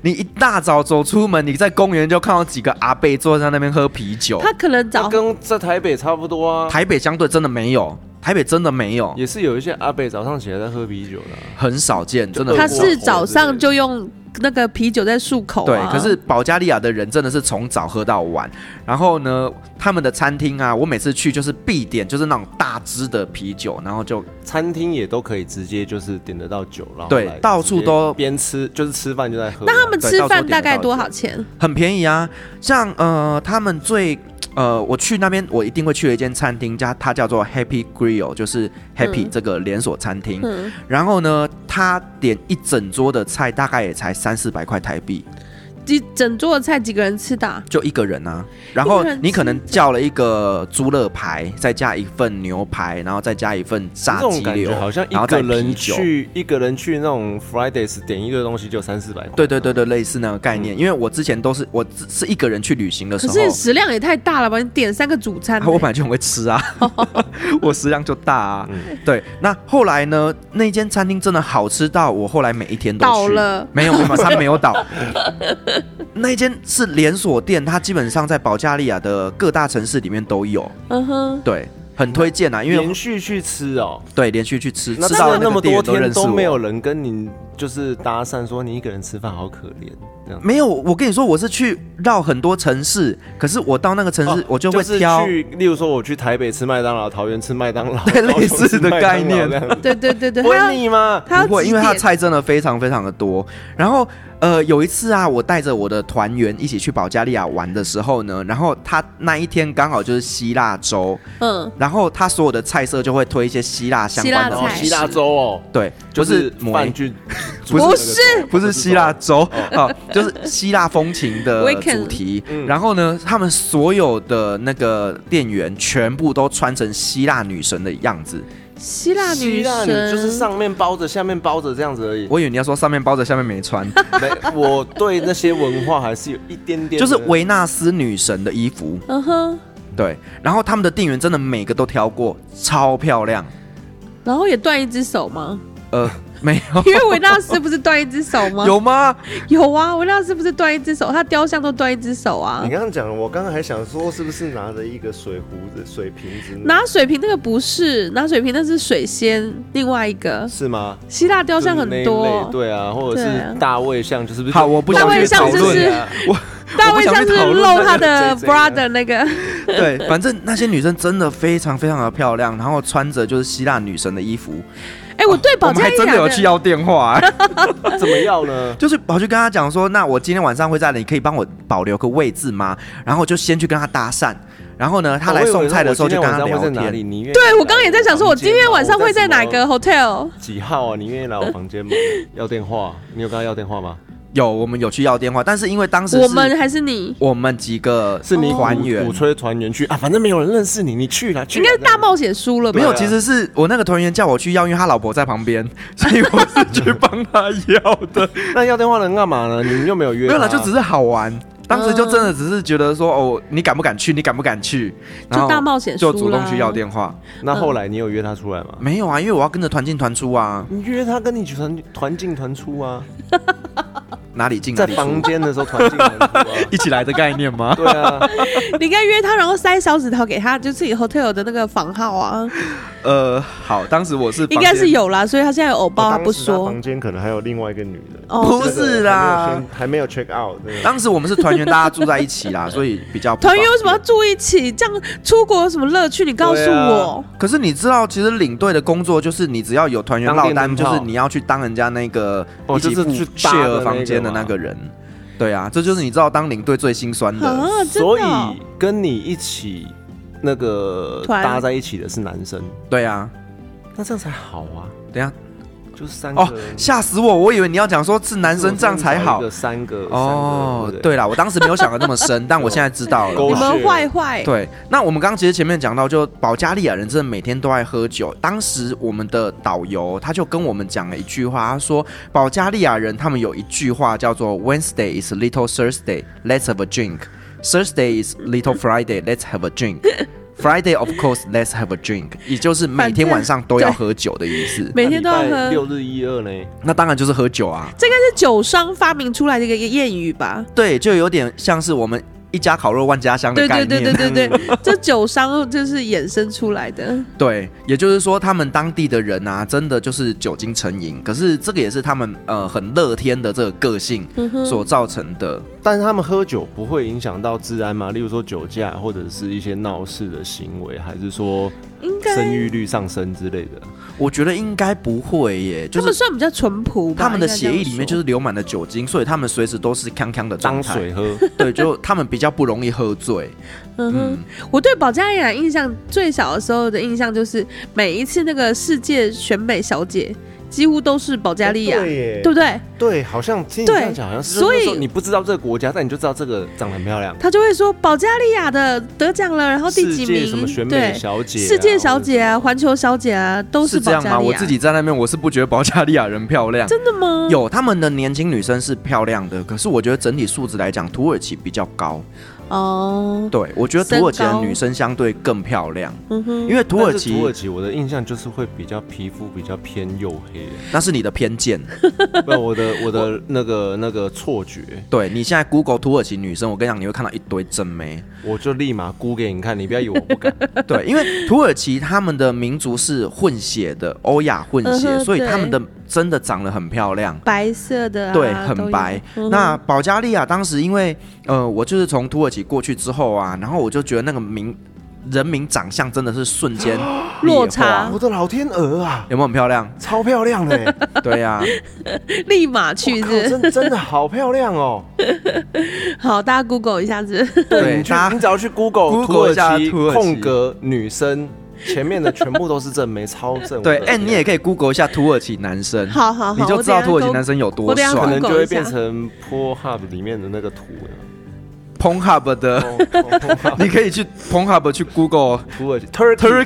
Speaker 2: 你一大早走出门，你在公园就看到几个阿贝坐在那边喝啤酒。
Speaker 3: 它可能
Speaker 4: 那
Speaker 3: 早
Speaker 4: 跟在台北差不多啊，
Speaker 2: 台北相对真的没有，台北真的没有，
Speaker 4: 也是有一些阿北早上起来在喝啤酒的啊、
Speaker 2: 很少见，真的
Speaker 4: 就
Speaker 3: 他
Speaker 2: 很少
Speaker 3: 是早上就用那个啤酒在漱口、
Speaker 2: 对，
Speaker 3: 啊，
Speaker 2: 可是保加利亚的人真的是从早喝到晚，然后呢，他们的餐厅啊，我每次去就是必点就是那种大支的啤酒，然后就
Speaker 4: 餐厅也都可以直接就是点得到酒，然后
Speaker 2: 对
Speaker 4: 来
Speaker 2: 到处
Speaker 4: 直接
Speaker 2: 都
Speaker 4: 边吃就是吃饭就在喝。啊
Speaker 3: 那他们
Speaker 2: 对
Speaker 3: 吃
Speaker 2: 到时候
Speaker 3: 饭
Speaker 2: 点
Speaker 3: 大
Speaker 2: 得
Speaker 3: 概
Speaker 2: 到
Speaker 3: 多
Speaker 2: 酒
Speaker 3: 少钱？
Speaker 2: 很便宜啊。像呃，他们最呃，我去那边我一定会去的一间餐厅，家它叫做 Happy Grill，就是 Happy
Speaker 3: 嗯
Speaker 2: 这个连锁餐厅。
Speaker 3: 嗯，
Speaker 2: 然后呢，他点一整桌的菜大概也才三四百块台币，
Speaker 3: 几整桌的菜几个人吃的啊、
Speaker 2: 就一个人啊。然后
Speaker 3: 一个人吃
Speaker 2: 你可能叫了一个猪肋排，再加一份牛排，然后再加一份
Speaker 4: 这
Speaker 2: 炸
Speaker 4: 种
Speaker 2: 鸡
Speaker 4: 感
Speaker 2: 柳
Speaker 4: 觉，好像一
Speaker 2: 然后再
Speaker 4: 个
Speaker 2: 啤
Speaker 4: 人
Speaker 2: 酒。
Speaker 4: 去一个人去那种 Fridays 点一堆东西就三四百块。
Speaker 2: 对对对对，类似那个概
Speaker 4: 嗯
Speaker 2: 念，因为我之前都是我自是一个人去旅行的时
Speaker 3: 可
Speaker 2: 候，
Speaker 3: 是食量也太大了吧？你点三个主餐欸
Speaker 2: 啊
Speaker 3: 呢、
Speaker 2: 我本来就很会吃 啊，我食量就大啊。
Speaker 4: 嗯
Speaker 2: 对，那后来呢，那间餐厅真的好吃到我后来每一天都去
Speaker 3: 倒了
Speaker 2: 没有没有，它没有 倒。那间是连锁店，它基本上在保加利亚的各大城市里面都有。
Speaker 3: 嗯哼，
Speaker 2: 对，很推荐啊，因为
Speaker 4: 连续去吃哦，
Speaker 2: 对连续去吃，
Speaker 4: 那
Speaker 2: 吃到
Speaker 4: 那
Speaker 2: 个
Speaker 4: 么
Speaker 2: 店
Speaker 4: 多
Speaker 2: 员
Speaker 4: 天
Speaker 2: 认识
Speaker 4: 都
Speaker 2: 我
Speaker 4: 没有人跟你就是搭讪说你一个人吃饭好可怜这样。
Speaker 2: 没有，我跟你说，我是去绕很多城市，可是我到那个城市，
Speaker 4: 哦
Speaker 2: 我就会
Speaker 4: 是
Speaker 2: 挑。
Speaker 4: 去，例如说我去台北吃麦当劳，桃园吃麦当劳，
Speaker 2: 对
Speaker 4: 高雄
Speaker 2: 类似
Speaker 4: 吃
Speaker 2: 的
Speaker 4: 麦当劳
Speaker 2: 概 念
Speaker 4: 这样子
Speaker 3: 对对 对对，
Speaker 4: 不
Speaker 3: 他
Speaker 4: 会
Speaker 3: 要
Speaker 4: 腻吗？
Speaker 3: 他要
Speaker 2: 不会，
Speaker 3: 几
Speaker 2: 因为它
Speaker 3: 点
Speaker 2: 菜真的非常非常的多。然后，呃，有一次啊，我带着我的团员一起去保加利亚玩的时候呢，然后他那一天刚好就是希腊周，
Speaker 3: 嗯，
Speaker 2: 然后他所有的菜色就会推一些希腊相关的
Speaker 3: 希
Speaker 4: 哦，
Speaker 2: 东
Speaker 3: 腊菜
Speaker 2: 西。
Speaker 4: 希腊粥哦，
Speaker 2: 对，
Speaker 4: 就
Speaker 2: 不
Speaker 4: 是
Speaker 2: 是抹
Speaker 4: 饭去煮
Speaker 2: 不
Speaker 4: 那个
Speaker 3: 是
Speaker 4: 粥
Speaker 2: 不是希腊
Speaker 4: 粥
Speaker 2: 州哦，就是希腊风情的
Speaker 3: Weekend
Speaker 2: 主题
Speaker 4: 嗯。
Speaker 2: 然后呢，他们所有的那个店员全部都穿成希腊女神的样子。
Speaker 3: 希腊
Speaker 4: 希
Speaker 3: 女
Speaker 4: 腊
Speaker 3: 神
Speaker 4: 女就是上面包着，下面包着这样子 而已。
Speaker 2: 我以为你要说上面包着，下面没 穿，
Speaker 4: 没，我对那些文化还是有一点点的，
Speaker 2: 就是维纳斯女神的衣服。
Speaker 3: 嗯哼，
Speaker 2: 对，然后他们的店员真的每个都挑过，超漂亮。
Speaker 3: 然后也断一只手吗？
Speaker 2: 呃， 没
Speaker 3: 因
Speaker 2: 有，
Speaker 3: 为维纳斯不是断一只手吗？
Speaker 2: 有吗？
Speaker 3: 有啊，维纳斯不是断一只手，他雕像都断一只手啊
Speaker 4: 你。刚刚讲，我刚刚还想说，是不是拿着一个水壶的水瓶子？
Speaker 3: 拿水瓶那个不是，拿水瓶那是水仙，另外一个
Speaker 4: 是吗？
Speaker 3: 希腊雕像很
Speaker 4: 就是那一类
Speaker 3: 多，
Speaker 4: 对啊，或者
Speaker 3: 对啊
Speaker 4: 是大卫像，就是不是？
Speaker 2: 好我不
Speaker 3: 想大卫去像讨论就是
Speaker 4: 啊
Speaker 3: 大卫像是露他的
Speaker 4: 我不想去讨
Speaker 3: brother
Speaker 4: 论那
Speaker 3: 那个，
Speaker 2: 对，反正那些女生真的非常非常的漂亮，然后穿着就是希腊女神的衣服。
Speaker 3: 哎，我对保
Speaker 2: 我们
Speaker 3: 加
Speaker 2: 还
Speaker 3: 利
Speaker 2: 真
Speaker 4: 啊
Speaker 2: 的
Speaker 3: 亚
Speaker 2: 有去要电 话、哎
Speaker 4: 怎么样呢？
Speaker 2: 就是跑去跟她讲说，那我今天晚上会在那里，可以帮我保留个位置吗？然后就先去跟她搭讪，然后呢，
Speaker 4: 哦
Speaker 2: 她来送菜的时候就跟她聊
Speaker 4: 我以为我今天晚上会在哪里？
Speaker 2: 天。
Speaker 4: 你愿意
Speaker 3: 对我
Speaker 4: 来
Speaker 3: 刚刚也在想说，我
Speaker 4: 房间
Speaker 3: 今天
Speaker 4: 吗
Speaker 3: 晚上会在哪
Speaker 4: 我
Speaker 3: 个
Speaker 4: 什
Speaker 3: hotel？
Speaker 4: 么几号啊？你愿意来我房间吗？要电话？你有跟他要电话吗？
Speaker 2: 有，我们有去要电话，但是因为当时是
Speaker 3: 我们还是你？
Speaker 2: 我们几个
Speaker 4: 是你
Speaker 2: 团
Speaker 4: 鼓
Speaker 2: 员
Speaker 4: 鼓吹团员去啊，反正没有人认识你，你去了，去
Speaker 3: 应
Speaker 4: 啦
Speaker 3: 该是
Speaker 4: 这
Speaker 3: 大
Speaker 4: 样
Speaker 3: 冒险输了吧？
Speaker 2: 没有，
Speaker 4: 对啊
Speaker 2: 其实是我那个团员叫我去要，因为他老婆在旁边， 所以我是去帮他要 的。
Speaker 4: 那要电话能干嘛呢？你们又没有
Speaker 2: 没
Speaker 4: 约他，
Speaker 2: 有啦，就只是好玩。当时就真的只是觉得
Speaker 4: 嗯
Speaker 2: 说，哦，你敢不敢去？你敢不敢去？然后
Speaker 3: 就大冒险
Speaker 2: 就
Speaker 3: 输啦
Speaker 2: 主动去要电话。
Speaker 4: 那后来你有约他出来吗？
Speaker 2: 没有啊，因为我要跟着团进团出啊，
Speaker 4: 你约他跟你团团进团出啊，
Speaker 2: 哪里进哪
Speaker 4: 在
Speaker 2: 里
Speaker 4: 房
Speaker 2: 出，。
Speaker 4: 间的时候团进团出啊
Speaker 2: 一起来的概念 吗？
Speaker 4: 对啊，
Speaker 3: 你应该约他，然后塞小纸条给他，就自己 hotel 的那个房号啊，
Speaker 2: 呃，好，当时我是
Speaker 3: 应该
Speaker 2: 房间
Speaker 3: 是，有啦，所以他现在有偶包，他哦不
Speaker 4: 当时他
Speaker 3: 说。
Speaker 4: 房间可能还有另外一个女的，
Speaker 2: 不
Speaker 3: 哦，
Speaker 2: 是啦。，
Speaker 4: 还没有 check out 对。
Speaker 2: 当时我们是团员，大家住在一起啦，所以比较不
Speaker 3: 团员
Speaker 2: 方
Speaker 3: 为什么要住一起？这样出国有什么乐趣？你告诉我。
Speaker 2: 可是你知道，其实领队的工作就是你只要有团员
Speaker 4: 当
Speaker 2: 落
Speaker 4: 电
Speaker 2: 单，
Speaker 4: 灯
Speaker 2: 就
Speaker 4: 泡
Speaker 2: 是你要去当人家那个
Speaker 4: 哦
Speaker 2: 一起
Speaker 4: 就是
Speaker 2: 付
Speaker 4: 去搭的
Speaker 2: share
Speaker 4: 那
Speaker 2: 房
Speaker 4: 个
Speaker 2: 间的
Speaker 4: 嘛
Speaker 2: 那个人。对啊，这就是你知道当领队最心酸的。
Speaker 3: 啊，真
Speaker 4: 所以
Speaker 3: 的哦、
Speaker 4: 跟你一起那个
Speaker 3: 团
Speaker 4: 搭在一起的是男生，
Speaker 2: 对啊，
Speaker 4: 那这样才好啊，
Speaker 2: 等一下
Speaker 4: 就是三个
Speaker 2: 哦，吓死我！我以为你要讲说是男
Speaker 4: 男
Speaker 2: 生这样才好。
Speaker 4: 三个
Speaker 2: 哦，，对啦，我当时没有想的那么深，但我现在知道 了。
Speaker 4: 勾
Speaker 3: 你
Speaker 4: 血
Speaker 3: 们坏坏。
Speaker 2: 对，那我们刚刚其实前面讲到，就保加利亚人真的每天都爱喝酒。当时我们的导游他就跟我们讲了一句话，他说保加利亚人他们有一句话叫做 “Wednesday is little Thursday, let's have a drink. Thursday is little Friday, let's have a drink. Friday of course, let's have a drink.” 也就是每天晚上都要喝酒的意思。
Speaker 3: 每天都要
Speaker 4: 那礼拜
Speaker 3: 喝，
Speaker 4: 六日一二呢，
Speaker 2: 那当然就是喝酒啊，
Speaker 3: 这应该是酒商发明出来的一个谚语吧？
Speaker 2: 对，就有点像是我们一家烤肉万家
Speaker 4: 嗯
Speaker 2: 香的
Speaker 3: 对
Speaker 2: 概
Speaker 3: 对
Speaker 2: 念。
Speaker 3: 对对对对， 这酒商就是衍生出来的。
Speaker 2: 对，也就是说，他们当地的人啊，真的就是酒精成瘾。可是这个也是他们呃很乐天的这个个性
Speaker 3: 嗯哼
Speaker 2: 所造成的。
Speaker 4: 但是他们喝酒不会影响到治安吗？例如说酒驾或者是一些闹事的行为，还是说
Speaker 3: 应该
Speaker 4: 生育率上升之类的？
Speaker 2: 我觉得应该不会耶，就
Speaker 3: 他们
Speaker 2: 是
Speaker 3: 算比较淳朴吧。
Speaker 2: 他们的
Speaker 3: 应该这
Speaker 2: 血
Speaker 3: 样
Speaker 2: 液里面
Speaker 3: 说
Speaker 2: 就是流满了酒精，所以他们随时都是康康的状
Speaker 4: 当
Speaker 2: 态。
Speaker 4: 水喝，
Speaker 2: 对，就他们比较不容易喝醉。
Speaker 3: 嗯哼
Speaker 2: 嗯，
Speaker 3: 我对保加利亚印象最小的时候的印象就是，每一次那个世界选美小姐几乎都是保加利亚，
Speaker 4: 哎耶
Speaker 3: 对不对？
Speaker 4: 对，好像听你这样
Speaker 3: 对
Speaker 4: 讲，好像是。
Speaker 3: 所以
Speaker 4: 就是说你不知道这个国家，但你就知道这个长得很漂亮。
Speaker 3: 她就会说保加利亚的得奖了，然后第
Speaker 4: 世
Speaker 3: 几
Speaker 4: 界什么选
Speaker 3: 名？
Speaker 4: 美
Speaker 3: 对，
Speaker 4: 小姐啊、
Speaker 3: 世界小姐啊，环球小姐啊，都
Speaker 2: 是这
Speaker 3: 保
Speaker 2: 样
Speaker 3: 加
Speaker 2: 吗？
Speaker 3: 利
Speaker 2: 我
Speaker 3: 亚
Speaker 2: 自。己在那边，我是不觉得保加利亚人漂亮。
Speaker 3: 真的吗？
Speaker 2: 有他们的年轻女生是漂亮的，可是我觉得整体素质来讲，土耳其比较高。
Speaker 3: 哦，
Speaker 2: 对，我觉得土耳其的女生相对更漂亮，
Speaker 3: 嗯哼，
Speaker 2: 因为土耳
Speaker 4: 但是
Speaker 2: 其
Speaker 4: 土耳其，我的印象就是会比较皮肤比较偏黝黑，
Speaker 2: 那是你的偏见。
Speaker 4: 不，我的我的那个那个错觉，
Speaker 2: 对你现在 Google 土耳其女生，我跟你讲，你会看到一堆真妹。
Speaker 4: 我就立马估给你看，你不要以为我不 敢。
Speaker 2: 对，因为土耳其他们的民族是混血的，欧亚混血，
Speaker 3: 嗯哼
Speaker 2: 所以
Speaker 3: 对
Speaker 2: 他们的真的长得很漂亮。
Speaker 3: 白色的、啊，
Speaker 2: 对，
Speaker 3: 都有
Speaker 2: 很白。
Speaker 3: 嗯哼
Speaker 2: 那保加利亚当时因为呃，我就是从土耳其过去之后啊，然后我就觉得那个民人民长相真的是瞬 间
Speaker 3: 落
Speaker 2: 劣化
Speaker 3: 差
Speaker 4: 我的老天鹅啊，
Speaker 2: 有没有很漂亮？
Speaker 4: 超漂亮的、欸，
Speaker 2: 对啊呀、
Speaker 3: 立马去
Speaker 4: 靠
Speaker 3: 是
Speaker 4: 真真的好漂亮哦。
Speaker 3: 好，大家 Google 一下子。
Speaker 2: 对
Speaker 4: 你去
Speaker 2: 大家
Speaker 4: 你只要去 Google
Speaker 2: Google
Speaker 4: 土
Speaker 2: 一下
Speaker 4: 耳其
Speaker 2: 土耳其
Speaker 4: 空格女生，前面的全部都是正 妹，超正。
Speaker 2: 对
Speaker 4: 我，的
Speaker 2: 哎、
Speaker 4: 天啊
Speaker 2: 你也可以 Google 一下土耳其男生，
Speaker 3: 好好好，
Speaker 2: 你就知道土耳其男
Speaker 3: 生
Speaker 2: 生有
Speaker 3: 我
Speaker 2: 多
Speaker 3: 等一下
Speaker 4: 可
Speaker 2: 帅
Speaker 4: 能。就
Speaker 3: Google 一
Speaker 4: 会
Speaker 3: 下
Speaker 4: 变成 Pornhub 里面的那个图了。
Speaker 2: Pornhub 的，
Speaker 4: 哦哦 Pornhub
Speaker 2: 你可以去 Pornhub 去 Google
Speaker 4: 土耳其 Turkey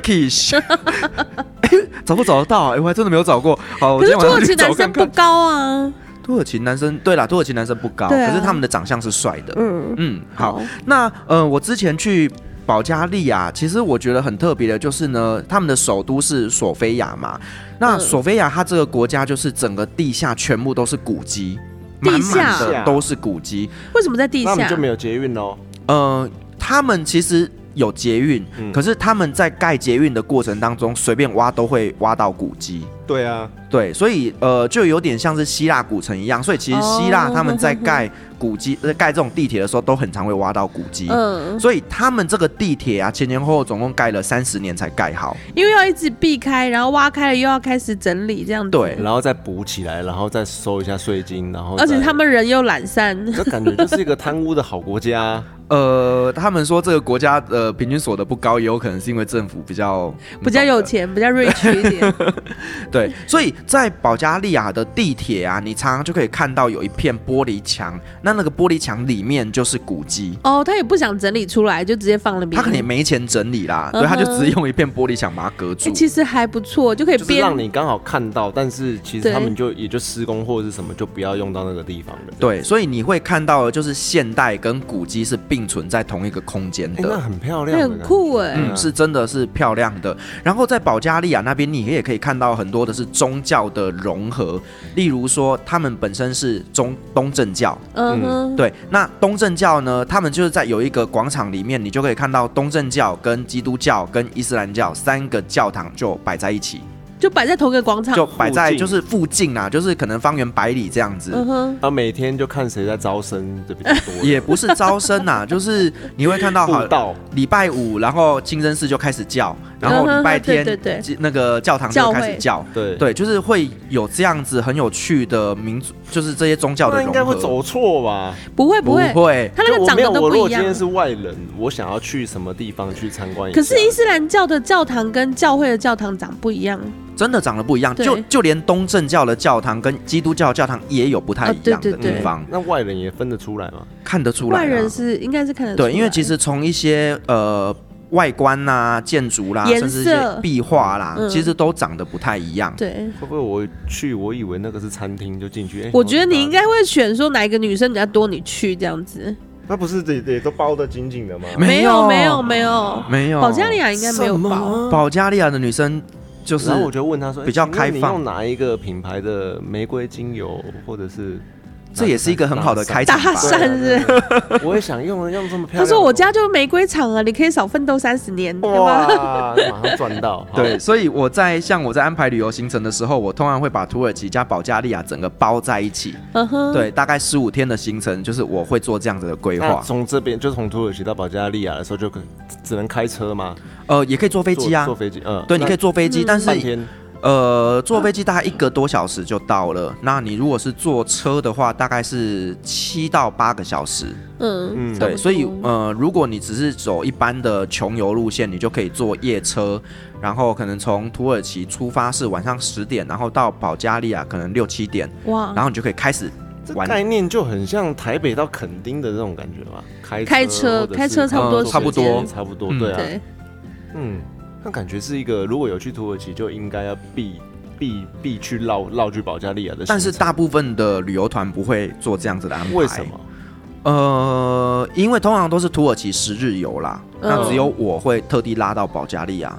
Speaker 2: Turkish，哎找不找得到啊？哎，我还真的没有找过。好，我
Speaker 3: 可
Speaker 2: 今天
Speaker 3: 是土
Speaker 2: 晚上
Speaker 3: 耳
Speaker 2: 去
Speaker 3: 其
Speaker 2: 找
Speaker 3: 男生
Speaker 2: 看
Speaker 3: 不
Speaker 2: 看。
Speaker 3: 高啊，
Speaker 2: 土耳其男生，对啦，土耳其男生不高，
Speaker 3: 对啊
Speaker 2: 可是他们的长相是帅的。
Speaker 3: 嗯，
Speaker 2: 嗯，好，，那呃，我之前去保加利亚，其实我觉得很特别的，就是呢，他们的首都是索菲亚嘛。那
Speaker 3: 嗯
Speaker 2: 索菲亚它这个国家就是整个地下全部都是古迹，
Speaker 3: 地
Speaker 2: 满满
Speaker 3: 下
Speaker 2: 的都是古迹。
Speaker 3: 为什么在地
Speaker 4: 那我们
Speaker 3: 下
Speaker 4: 就？没有捷运喽。
Speaker 2: 呃，他们其实有捷运，
Speaker 4: 嗯
Speaker 2: 可是他们在盖捷运的过程当中，随便挖都会挖到古迹。
Speaker 4: 对啊，
Speaker 2: 对，所以呃，就有点像是希腊古城一样，所以其实希腊
Speaker 3: 哦
Speaker 2: 他们在
Speaker 3: 哼哼
Speaker 2: 盖古迹、呃盖这种地铁的时候，都很常会挖到古迹。
Speaker 3: 嗯，
Speaker 2: 所以他们这个地铁啊，前前后后总共盖了三十年才盖好。
Speaker 3: 因为要一直避开，然后挖开了又要开始整理这样子。
Speaker 2: 对
Speaker 4: 然后再补起来，然后再收一下税金，然后再
Speaker 3: 而且他们人又 懒散，
Speaker 4: 这感觉就是一个贪污的好国 家啊。
Speaker 2: 呃，他们说这个国家呃平均所得不高，也有可能是因为政府比较
Speaker 3: 比较有。钱，比较 rich 一点。
Speaker 2: 对，所以在保加利亚的地铁啊，你常常就可以看到有一片玻璃墙，那那个玻璃墙里面就是古迹。
Speaker 3: 哦，他也不想整理出来，就直接放了名。
Speaker 2: 他可能也没钱整理啦，对，
Speaker 3: 嗯哼
Speaker 2: 他就只用一片玻璃墙把它隔住
Speaker 3: 哎，。其实还不错，就可以
Speaker 4: 就是
Speaker 3: 边
Speaker 4: 让你刚好看到，但是其实
Speaker 3: 对
Speaker 4: 他们就也就施工或者是什么，就不要用到那个地方了。
Speaker 2: 对，所以你会看到的就是现代跟古迹是并存在同一个空间
Speaker 4: 哎，那
Speaker 2: 的。
Speaker 4: 很漂亮
Speaker 3: 那
Speaker 4: 的
Speaker 3: 很
Speaker 4: 感觉，
Speaker 3: 酷哎。
Speaker 2: 嗯，是真的是漂亮的。然后在保加利亚那边，你也可以看到很多的是宗教的融合，例如说他们本身是中东正教，
Speaker 3: 嗯哼，
Speaker 2: 对，那东正教呢，他们就是在有一个广场里面，你就可以看到东正教、跟基督教、跟伊斯兰教三个教堂就摆在一起，
Speaker 3: 就摆在同一个广场。
Speaker 2: 就摆在
Speaker 4: 附近
Speaker 2: 就是附近啊，就是可能方圆百里这样子。
Speaker 3: 嗯哼，
Speaker 4: 啊，每天就看谁在招生的比较多，
Speaker 2: 也不是招生呐、就是你会看到好
Speaker 4: 布道
Speaker 2: 礼拜五，然后清真寺就开始叫，然后礼拜天、
Speaker 3: 嗯哼对对
Speaker 2: 那个教堂就开始叫，
Speaker 4: 对。
Speaker 2: 对，就是会有这样子很有趣的民族，就是这些宗教的
Speaker 4: 那
Speaker 2: 融
Speaker 4: 应
Speaker 2: 合。
Speaker 4: 该会走错吧？
Speaker 3: 不会
Speaker 2: 不
Speaker 3: 会，
Speaker 2: 会？
Speaker 3: 他那
Speaker 4: 就
Speaker 3: 个
Speaker 4: 我
Speaker 3: 长
Speaker 4: 没
Speaker 3: 得
Speaker 4: 有，
Speaker 3: 都
Speaker 4: 我如
Speaker 3: 不
Speaker 4: 果
Speaker 3: 一
Speaker 4: 今天
Speaker 3: 样。
Speaker 4: 是外人，我想要去什么地方去参观一下？嗯
Speaker 3: 可是伊斯兰教的教堂跟教会的教堂长不一样，
Speaker 2: 真的长得不一样，
Speaker 3: 对
Speaker 2: 就就连东正教的教堂跟基督教的教堂也有不太一样
Speaker 3: 啊
Speaker 2: 的
Speaker 3: 对对
Speaker 2: 地
Speaker 3: 对
Speaker 2: 方，
Speaker 4: 那外人也分得出来吗？
Speaker 2: 看得出来、啊。
Speaker 3: 外人是应该是看得出来。
Speaker 2: 对，因为其实从一些呃外观呐、建筑啦，
Speaker 3: 颜
Speaker 2: 甚至一些
Speaker 3: 色
Speaker 2: 壁画啦，
Speaker 3: 嗯
Speaker 2: 其实都长得不太一样。
Speaker 3: 对，
Speaker 4: 会不会我去，我以为那个是餐厅就进去？哎
Speaker 3: 我觉得你应该会选说哪一个女生比较多，你去这样子。
Speaker 4: 那不是也也都包得紧紧的吗？
Speaker 2: 没有
Speaker 3: 有没有没有，
Speaker 2: 没有，
Speaker 3: 保加利亚应该没有包。
Speaker 2: 保加利亚的女生就是
Speaker 4: 然后我就问他说：“哎
Speaker 2: 比较
Speaker 4: 请问
Speaker 2: 开
Speaker 4: 你
Speaker 2: 放
Speaker 4: 用哪一个品牌的玫瑰精油，或者是
Speaker 2: 这也是一个很好的开场
Speaker 3: 搭
Speaker 4: 啊
Speaker 2: 吧。
Speaker 3: 讪是不 是，
Speaker 4: 我也想用，用这么漂亮。”
Speaker 3: 他说我家就是玫瑰厂啊，你可以少奋斗三十年，对吧？
Speaker 4: 哇，马上赚到。好
Speaker 2: 对，，所以我在像我在安排旅游行程的时候，我通常会把土耳其加保加利亚整个包在一起。
Speaker 3: 嗯哼，
Speaker 2: 对，大概十五天的行程，就是我会做这样子的规
Speaker 4: 那
Speaker 2: 划。
Speaker 4: 从这边就从土耳其到保加利亚的时候，就可只能开车吗？
Speaker 2: 呃，也可以坐飞机啊
Speaker 4: 坐坐，飞机，嗯，
Speaker 2: 对，你可以
Speaker 4: 以
Speaker 2: 坐飞机，但
Speaker 4: 半
Speaker 2: 是
Speaker 4: 天。
Speaker 2: 呃，坐飞机大概一个多小时就到了。那你如果是坐车的话，大概是七到八个小时。
Speaker 3: 嗯，
Speaker 4: 嗯
Speaker 3: 差不
Speaker 2: 对，
Speaker 3: 多
Speaker 2: 所以呃，如果你只是走一般的穷游路线，你就可以坐夜车，然后可能从土耳其出发是晚上十点，然后到保加利亚可能六七点，然
Speaker 3: 哇，
Speaker 2: 后你就可以开始
Speaker 4: 啊这
Speaker 2: 玩
Speaker 4: 概念就很像台北到垦丁的那种感觉吧，开
Speaker 3: 开车
Speaker 4: 车或者是
Speaker 3: 开车差不多
Speaker 2: 嗯时间差不多
Speaker 4: 差不多，
Speaker 2: 嗯
Speaker 4: 对啊，
Speaker 3: 对，
Speaker 4: 嗯，那感觉是一个如果有去土耳其就应该要必必必去绕绕去保加利亚的行程，
Speaker 2: 但是大部分的旅游团不会做这样子的安排，
Speaker 4: 为什么？
Speaker 2: 呃，因为通常都是土耳其十日游啦，
Speaker 3: 嗯
Speaker 2: 那只有我会特地拉到保加利亚，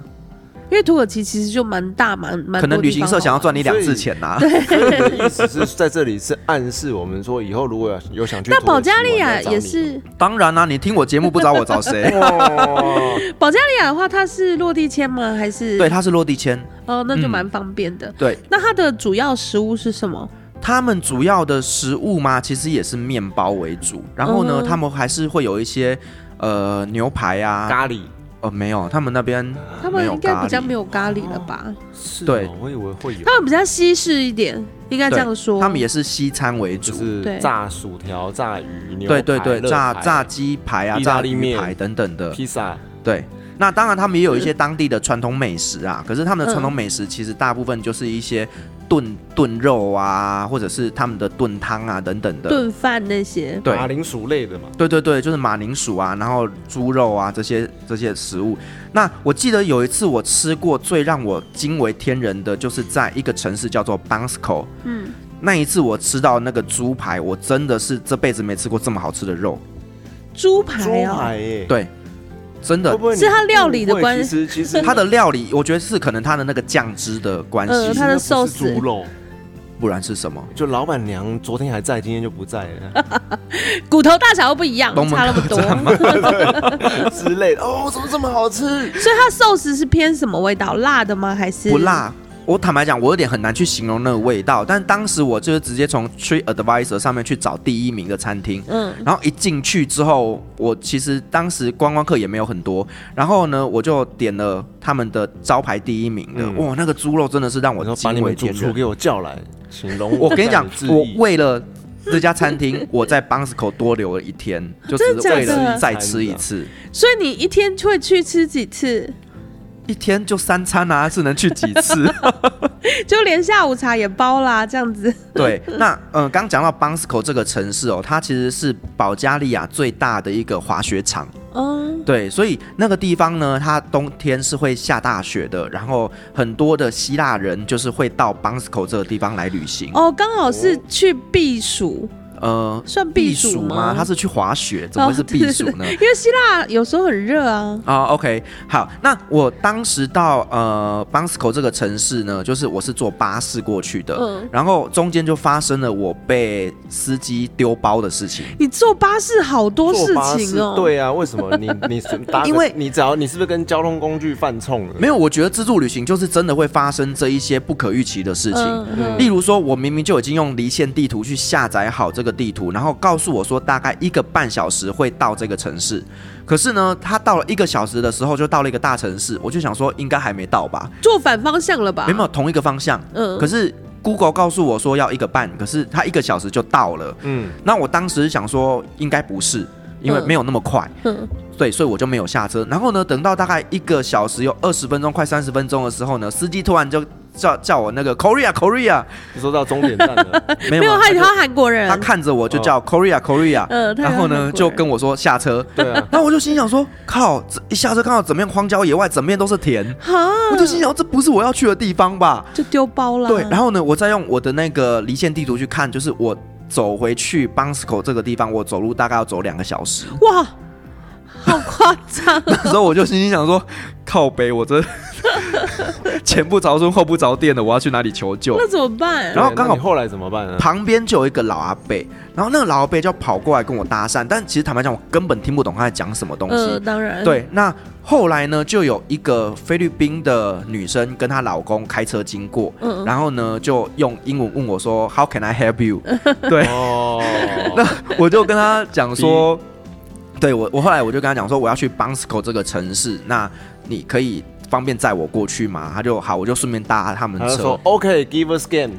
Speaker 3: 因为土耳其其实就蛮大蛮蛮多地方好玩，哦
Speaker 2: 可能旅行社想要赚你两次钱呐、
Speaker 4: 所以你的意思是在这里是暗示我们说，以后如果有想去
Speaker 3: 那
Speaker 4: 土
Speaker 3: 保
Speaker 4: 耳其
Speaker 3: 加
Speaker 4: 玩
Speaker 3: 利亚
Speaker 4: 来找
Speaker 3: 也
Speaker 4: 你
Speaker 3: 是，
Speaker 2: 当然啦、你听我节目不找我找 谁？
Speaker 4: 哦，
Speaker 3: 保加利亚的话，它是落地签吗？还是
Speaker 2: 对，它是落地签。
Speaker 3: 哦，那就
Speaker 2: 嗯
Speaker 3: 蛮方便的。
Speaker 2: 对
Speaker 3: 那它的主要食物是什么？
Speaker 2: 他们主要的食物嘛，其实也是面包为主。然后呢，
Speaker 3: 嗯
Speaker 2: 他们还是会有一些呃牛排啊，
Speaker 4: 咖喱
Speaker 2: 呃没有，他们那边
Speaker 3: 他
Speaker 2: 没
Speaker 3: 们
Speaker 2: 有
Speaker 3: 应该
Speaker 2: 咖
Speaker 3: 比较
Speaker 2: 喱
Speaker 3: 没有咖喱了吧？
Speaker 4: 是
Speaker 2: 对
Speaker 4: 哦我以为会有
Speaker 3: 他，们比较西式一点，应该这
Speaker 2: 对
Speaker 3: 样说。
Speaker 2: 他们也是西餐为
Speaker 4: 就
Speaker 2: 主。
Speaker 4: 是
Speaker 3: 对
Speaker 4: 炸薯条、炸鱼、牛
Speaker 2: 对对对，
Speaker 4: 排
Speaker 2: 炸
Speaker 4: 乐排
Speaker 2: 炸鸡排啊，
Speaker 4: 意大
Speaker 2: 炸
Speaker 4: 利
Speaker 2: 鱼
Speaker 4: 面
Speaker 2: 排等等的，
Speaker 4: 披萨，
Speaker 2: 对，那当然他们也有一些当地的传统美食啊，可是他们的传统
Speaker 3: 嗯
Speaker 2: 美食其实大部分就是一些炖炖肉啊，或者是他们的炖汤啊等等的。
Speaker 3: 炖饭那些，
Speaker 2: 对
Speaker 4: 马铃薯类的嘛，
Speaker 2: 对对对，就是马铃薯啊，然后猪肉啊这些这些食物。那我记得有一次我吃过最让我惊为天人的，就是在一个城市叫做 Bansko，
Speaker 3: 嗯，
Speaker 2: 那一次我吃到那个猪排，我真的是这辈子没吃过这么好吃的肉，
Speaker 3: 猪
Speaker 4: 猪
Speaker 3: 排哦，
Speaker 4: 排耶，
Speaker 2: 对，真的
Speaker 4: 会不会你
Speaker 3: 是它料理的
Speaker 4: 误会
Speaker 3: 关
Speaker 4: 其实 其实
Speaker 2: 它的料理，我觉得是可能它的那个酱汁的关系，
Speaker 3: 呃它的
Speaker 4: 其实那不是
Speaker 3: sauce
Speaker 4: 猪肉，
Speaker 2: 不然是什么？
Speaker 4: 就老板娘昨天还在，今天就不在了
Speaker 3: 骨头大小又不一样，
Speaker 2: 东门
Speaker 3: 差那么多。
Speaker 4: 之类的。哦，怎么这么好吃？
Speaker 3: 所以它寿司是偏什么味道？辣的吗？还是
Speaker 2: 不？辣。我坦白讲，我有点很难去形容那个味道，但当时我就是直接从 Tree Advisor 上面去找第一名的餐厅，
Speaker 3: 嗯，
Speaker 2: 然后一进去之后，我其实当时观光客也没有很多，然后呢，我就点了他们的招牌第一名的，
Speaker 4: 嗯
Speaker 2: 哇，那个猪肉真的是让我
Speaker 4: 我说把你
Speaker 2: 惊为
Speaker 4: 们主
Speaker 2: 天
Speaker 4: 厨
Speaker 2: 人。
Speaker 4: 给我叫来，请容
Speaker 2: 我跟你讲
Speaker 4: 在致，
Speaker 2: 我
Speaker 4: 意
Speaker 2: 为了这家餐厅， 我在 Bansco 多留了一天，就只
Speaker 3: 啊真的
Speaker 2: 是为
Speaker 3: 假的
Speaker 2: 了再吃一次，
Speaker 3: 所以你一天会去吃几次？
Speaker 2: 一天就三餐啊，是能去几 次？
Speaker 3: 就连下午茶也包啦，这样子。
Speaker 2: 对，那嗯，刚讲到 Bansko 这个城市哦，它其实是保加利亚最大的一个滑雪场。
Speaker 3: 嗯，
Speaker 2: 对，所以那个地方呢，它冬天是会下大雪的，然后很多的希腊人就是会到 Bansko 这个地方来旅行。
Speaker 3: 哦，刚好是去避暑，
Speaker 2: 呃，
Speaker 3: 哦算避
Speaker 2: 避
Speaker 3: 暑
Speaker 2: 暑
Speaker 3: 吗
Speaker 2: 吗？它是去滑雪，怎么会是避暑呢？
Speaker 3: 因为希腊有时候很热啊。
Speaker 2: 啊、o k 好，那我当时到呃 Bansko 这个城市呢，就是我是坐巴士过去的，
Speaker 3: 嗯
Speaker 2: 然后中间就发生了我被司机丢包的事情。
Speaker 3: 你坐巴士好多
Speaker 4: 坐
Speaker 3: 事
Speaker 4: 巴
Speaker 3: 情
Speaker 4: 士
Speaker 3: 哦。，
Speaker 4: 对啊，为什么你你是搭个？
Speaker 2: 因为
Speaker 4: 你只要你是不是跟交通工具犯冲了？
Speaker 2: 没有，我觉得自助旅行就是真的会发生这一些不可预期的事情。
Speaker 3: 嗯
Speaker 2: 例如说，我明明就已经用离线地图去下载好这个地图，然后告诉我说大概一个半小时会到这个城市。可是呢，他到了一个小时的时候就到了一个大城市，我就想说应该还没到吧，
Speaker 3: 坐反方向了吧？
Speaker 2: 没有同一个方向。
Speaker 3: 嗯
Speaker 2: 可是 Google 告诉我说要一个半，可是他一个小时就到了。
Speaker 4: 嗯，
Speaker 2: 那我当时想说应该不是，因为
Speaker 3: 嗯
Speaker 2: 没有那么快。
Speaker 3: 嗯
Speaker 2: 对，所以我就没有下车。然后呢，等到大概一个小时有二十分钟，快三十分钟的时候呢，司机突然就叫叫我那个 Korea Korea，
Speaker 4: 你说到终点站了，
Speaker 2: 没有
Speaker 3: 没有，他
Speaker 2: 就
Speaker 3: 他韩国人哦
Speaker 2: 他，看着我就叫 Korea Korea，、
Speaker 3: 嗯他
Speaker 2: 然后
Speaker 3: 他韩国
Speaker 2: 呢
Speaker 3: 人
Speaker 2: 就跟我说下车。
Speaker 4: 对啊，
Speaker 2: 然后我就心想说，靠，这一下车看到整片荒郊野外，整片都是田，
Speaker 3: 哈，
Speaker 2: 我就心想这不是我要去的地方吧？
Speaker 3: 就丢包了。
Speaker 2: 对，然后呢，我再用我的那个离线地图去看，就是我走回去 Bansco 这个地方，我走路大概要走两个小时。
Speaker 3: 哇，好夸 张！
Speaker 2: 那时候我就心里想说，靠北，我这 前不着村后不着店的，我要去哪里求救
Speaker 3: 那？怎么 办？
Speaker 2: 然后
Speaker 4: 对
Speaker 2: 刚
Speaker 4: 那
Speaker 2: 好
Speaker 4: 你后来怎么办啊呢？
Speaker 2: 旁边就有一个老阿伯，然后那个老阿伯就跑过来跟我搭讪，但其实坦白讲，我根本听不懂他在讲什么东
Speaker 3: 呃，
Speaker 2: 西。
Speaker 3: 当然，，
Speaker 2: 对，那后来呢，就有一个菲律宾的女生跟她老公开车经过，
Speaker 3: 嗯
Speaker 2: 然后呢就用英文问我说，How can I help you？对，
Speaker 4: 哦，
Speaker 2: 我就跟他讲 说，对我我后来我就跟他讲说，我要去 Bansco 这个城市，那你可以方便载我过去吗？他就好，我就顺便搭他们
Speaker 4: 他就
Speaker 2: 车
Speaker 4: 说。OK，give a scan，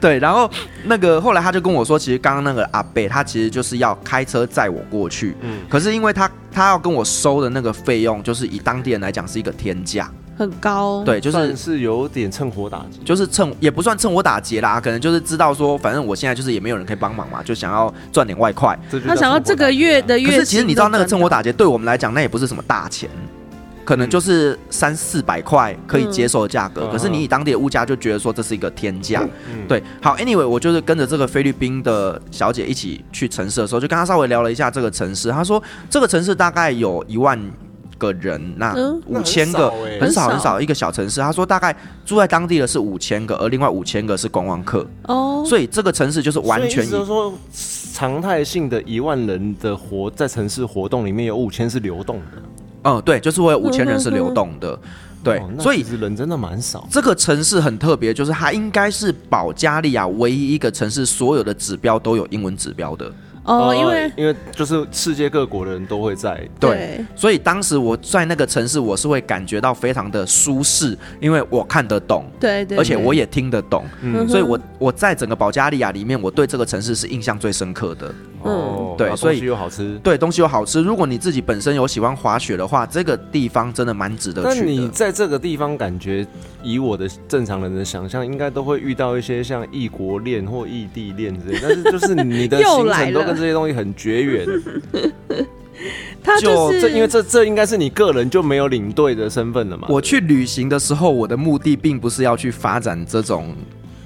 Speaker 2: 对，然后那个后来他就跟我说，其实刚刚那个阿贝他其实就是要开车载我过去，
Speaker 4: 嗯
Speaker 2: 可是因为他他要跟我收的那个费用，就是以当地人来讲是一个天价，
Speaker 3: 很高，，
Speaker 2: 对，就是
Speaker 4: 算。是有点趁火打劫。
Speaker 2: 就是趁也不算趁我打劫啦，可能就是知道说，反正我现在就是也没有人可以帮忙嘛，就想要赚点外快。
Speaker 4: 这就叫
Speaker 3: 他想要
Speaker 4: 趁火
Speaker 3: 这
Speaker 4: 打
Speaker 3: 个
Speaker 4: 劫
Speaker 3: 月
Speaker 4: 啊
Speaker 3: 的
Speaker 2: 可
Speaker 3: 月，
Speaker 2: 是其实你知道那个趁火，打劫对我们来讲那也不是什么大钱，可能就是三四百块可以接受的价格，
Speaker 4: 嗯
Speaker 2: 可是你以当地的物价就觉得说这是一个天价。
Speaker 4: 嗯，
Speaker 2: 对，好，anyway，我就是跟着这个菲律宾的小姐一起去城市的时候，就跟她稍微聊了一下这个城市。她说这个城市大概有一万个人，那
Speaker 3: 嗯
Speaker 2: 五千个、
Speaker 4: 那
Speaker 2: 很
Speaker 4: 很
Speaker 2: 少
Speaker 3: 少欸
Speaker 2: 很少一个小城市。她说大概住在当地的是五千个，而另外五千个是观光客，
Speaker 3: 哦，
Speaker 2: 所以这个城市就是完全
Speaker 4: 所以意思
Speaker 2: 以
Speaker 4: 就是说常态性的一万人的活在城市活动里面有五千是流动的，
Speaker 2: 嗯对，就是会有五千人是流动的，对
Speaker 4: 哦，那
Speaker 2: 所以
Speaker 4: 其实人真的蛮少。
Speaker 2: 这个城市很特别，就是它应该是保加利亚唯一一个城市所有的指标都有英文指标的。
Speaker 3: 哦，
Speaker 4: 呃
Speaker 3: 因为
Speaker 4: 因为就是世界各国的人都会在，
Speaker 3: 对
Speaker 2: 所以当时我在那个城市，我是会感觉到非常的舒适，因为我看得懂，
Speaker 3: 对对，
Speaker 2: 而且
Speaker 3: 对
Speaker 2: 我也听得懂，
Speaker 3: 嗯哼
Speaker 2: 所以我我在整个保加利亚里面，我对这个城市是印象最深刻的。
Speaker 3: 嗯
Speaker 4: 哦，
Speaker 2: 对
Speaker 4: 然后
Speaker 2: 所以
Speaker 4: 东西又好吃。
Speaker 2: 对，东西又好吃，如果你自己本身有喜欢滑雪的话，这个地方真的蛮值得
Speaker 4: 那
Speaker 2: 去
Speaker 4: 你
Speaker 2: 的。
Speaker 4: 在这个地方，感觉以我的正常人的想象，应该都会遇到一些像异国恋或异地恋 之类，但是就是你的
Speaker 3: 又
Speaker 4: 行
Speaker 3: 来
Speaker 4: 程都
Speaker 3: 了
Speaker 4: 跟这些东西很 绝缘。
Speaker 3: 他
Speaker 4: 就是这，因为这这应该是你个人就没有领队的身份了嘛。
Speaker 2: 我去旅行的时候，我的目的并不是要去发展这种，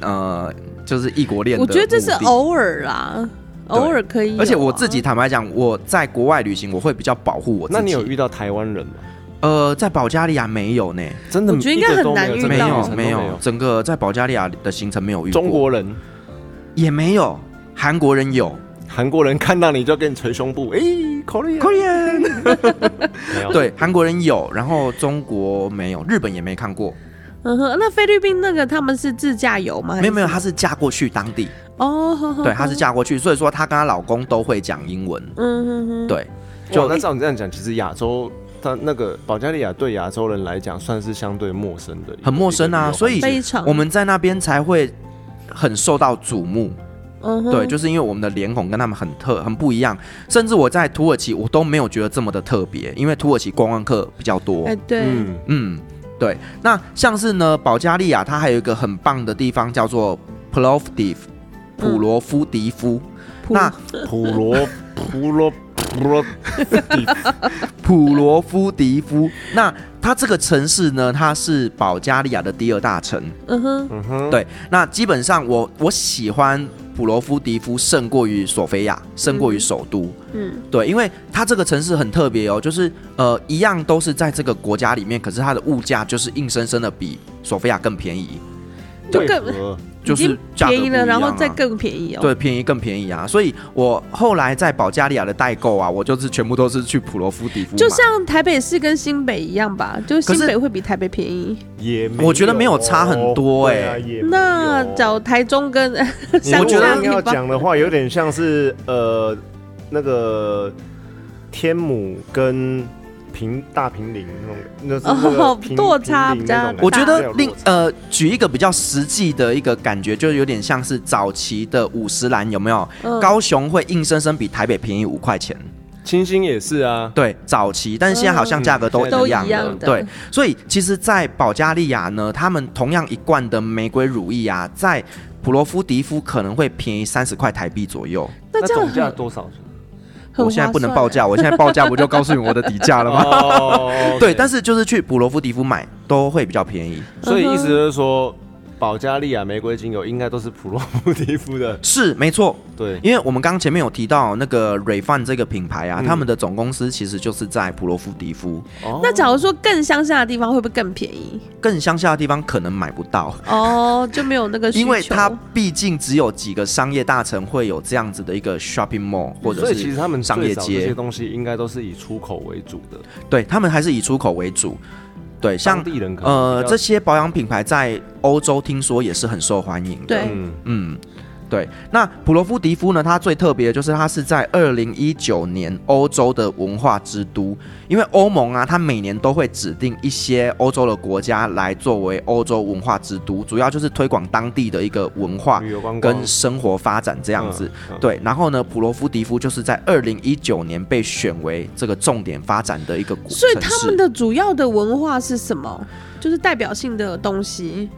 Speaker 2: 呃，就是异国恋的
Speaker 3: 我
Speaker 2: 目的。
Speaker 3: 觉得这是偶尔啦，
Speaker 2: 对
Speaker 3: 偶尔可以有啊，
Speaker 2: 而且我自己坦白讲，我在国外旅行，我会比较保护我自己。
Speaker 4: 那你有遇到台湾人吗？
Speaker 2: 呃，在保加利亚没有呢，
Speaker 4: 真的，
Speaker 3: 我觉得应该
Speaker 4: 一个都
Speaker 3: 很难遇到
Speaker 4: 没
Speaker 2: 没
Speaker 4: 有
Speaker 2: 有
Speaker 4: 真的
Speaker 2: 没
Speaker 4: 没
Speaker 2: 有，。整个在保加利亚的行程没有遇过，
Speaker 4: 中国人、
Speaker 2: 也没有，韩国人有
Speaker 4: 韩国人看到你就跟你捶胸部，哎，Korea，
Speaker 2: ，Korean，
Speaker 4: 没有，
Speaker 2: 对，韩国人有，然后中国没有，日本也没看过，
Speaker 3: 嗯哼，那菲律宾那个他们是自驾游吗？还
Speaker 2: 没有没有，
Speaker 3: 是
Speaker 2: 她是嫁过去当地，
Speaker 3: 哦，呵呵
Speaker 2: 对，她是
Speaker 3: 呵
Speaker 2: 嫁过去，所以说她跟她老公都会讲英文，
Speaker 3: 嗯哼哼，
Speaker 2: 对，就
Speaker 4: 就那照你这样讲，其实亚洲，它那个保加利亚对亚洲人来讲算是相对陌生的一个，
Speaker 2: 很陌生啊，
Speaker 4: 一个
Speaker 2: 所以
Speaker 3: 非常
Speaker 2: 我们在那边才会很受到瞩目，
Speaker 3: 嗯哼，
Speaker 2: 对，就是因为我们的脸孔跟他们很特很不一样，甚至我在土耳其我都没有觉得这么的特别，因为土耳其观光客比较多。
Speaker 3: 哎对，
Speaker 4: 嗯，
Speaker 2: 嗯，对。那像是呢，保加利亚它还有一个很棒的地方叫做 Plovdiv，普罗夫迪夫。
Speaker 3: 嗯普
Speaker 2: 那
Speaker 4: 普罗普罗普罗地
Speaker 2: 普罗夫迪夫，那它这个城市呢，它是保加利亚的第二大城。
Speaker 3: 嗯哼，
Speaker 4: 嗯哼，
Speaker 2: 对，那基本上我我喜欢普罗夫迪夫胜过于索菲亚，胜过于首都。
Speaker 3: 嗯
Speaker 2: 对，因为它这个城市很特别哦，就是呃，一样都是在这个国家里面，可是它的物价就是硬生生的比索菲亚更便宜，
Speaker 3: 就
Speaker 4: 为
Speaker 3: 更
Speaker 4: 何
Speaker 2: 就
Speaker 3: 已
Speaker 2: 是
Speaker 3: 经
Speaker 2: 价格
Speaker 3: 便宜了，
Speaker 2: 不一
Speaker 3: 然后
Speaker 2: 样
Speaker 3: 再
Speaker 2: 啊
Speaker 3: 更便宜哦，
Speaker 2: 对，便宜更便宜啊！所以我后来在保加利亚的代购啊，我就是全部都是去普罗夫迪夫买。
Speaker 3: 就像台北市跟新北一样吧，就
Speaker 2: 可
Speaker 3: 新
Speaker 2: 是
Speaker 3: 北会比台北便宜。
Speaker 4: 也
Speaker 2: 我觉得没有差很多哎
Speaker 4: 啊
Speaker 3: 那找台中跟
Speaker 2: 我
Speaker 3: 乡
Speaker 2: 觉
Speaker 3: 下
Speaker 2: 得
Speaker 4: 得
Speaker 3: 地
Speaker 4: 要
Speaker 3: 方，
Speaker 4: 讲的话，有点像是呃那个天母跟平大平林那种，那是那个
Speaker 3: 哦
Speaker 4: 平
Speaker 3: 落差比较
Speaker 2: 我觉
Speaker 3: 大
Speaker 2: 得另呃，举一个比较实际的一个感觉，就有点像是早期的五十岚有没有？
Speaker 3: 嗯
Speaker 2: 高雄会硬生生比台北便宜五块钱，
Speaker 4: 清新也是啊，
Speaker 2: 对，早期，但是现在好像价格都
Speaker 4: 嗯
Speaker 2: 一
Speaker 3: 都
Speaker 2: 样
Speaker 3: 一
Speaker 2: 了，
Speaker 3: 样的
Speaker 2: 对。所以其实，在保加利亚呢，他们同样一罐的玫瑰乳液啊，在普罗夫迪夫可能会便宜三十块台币左右。
Speaker 3: 那这样
Speaker 4: 总价
Speaker 3: 很
Speaker 4: 多少？
Speaker 3: 很
Speaker 2: 我现在
Speaker 3: 划
Speaker 2: 不能
Speaker 3: 算
Speaker 2: 报
Speaker 3: 欸
Speaker 2: 价，我现在报价不就告诉你我的底价 了吗？
Speaker 4: 哦
Speaker 2: 对，但
Speaker 4: 是
Speaker 2: 是就是去普罗夫迪夫买都会比较便宜。
Speaker 4: 所以意思就是说，保加利亚玫瑰精油应该都是普罗夫提 夫的，
Speaker 2: 是没错，
Speaker 4: 对，
Speaker 2: 因为我们刚前面有提到那个瑞范这个品牌啊，
Speaker 4: 嗯
Speaker 2: 他们的总公司其实就是在普罗夫迪夫，
Speaker 4: 哦
Speaker 3: 那假如说更乡下的地方会不会更便宜？
Speaker 2: 更乡下的地方可能买不到，
Speaker 3: 哦，就没有那个需求。
Speaker 2: 因为它毕竟只有几个商业大城会有这样子的一个 shopping mall 或者
Speaker 4: 嗯所以其
Speaker 2: 是
Speaker 4: 实他们
Speaker 2: 商
Speaker 4: 最
Speaker 2: 业
Speaker 4: 早这些
Speaker 2: 街，
Speaker 4: 东西应该都是以出口为主的，
Speaker 2: 对他们还是以出口为主。对，像
Speaker 4: 当地人可能
Speaker 2: 呃
Speaker 4: 比较
Speaker 2: 这些保养品牌在欧洲听说也是很受欢迎的。
Speaker 3: 对
Speaker 4: 嗯
Speaker 2: 嗯，对。那普罗夫迪夫呢？它最特别的就是它是在二零一九年欧洲的文化之都，因为欧盟啊，它每年都会指定一些欧洲的国家来作为欧洲文化之都，主要就是推广当地的一个文化
Speaker 4: 旅游观光
Speaker 2: 跟生活发展这样子。，
Speaker 4: 哦嗯嗯
Speaker 2: 对，然后呢，普罗夫迪夫就是在二零一九年被选为这个重点发展的一个古城市。
Speaker 3: 所以他们的主要的文化是什么？就是代表性的东西。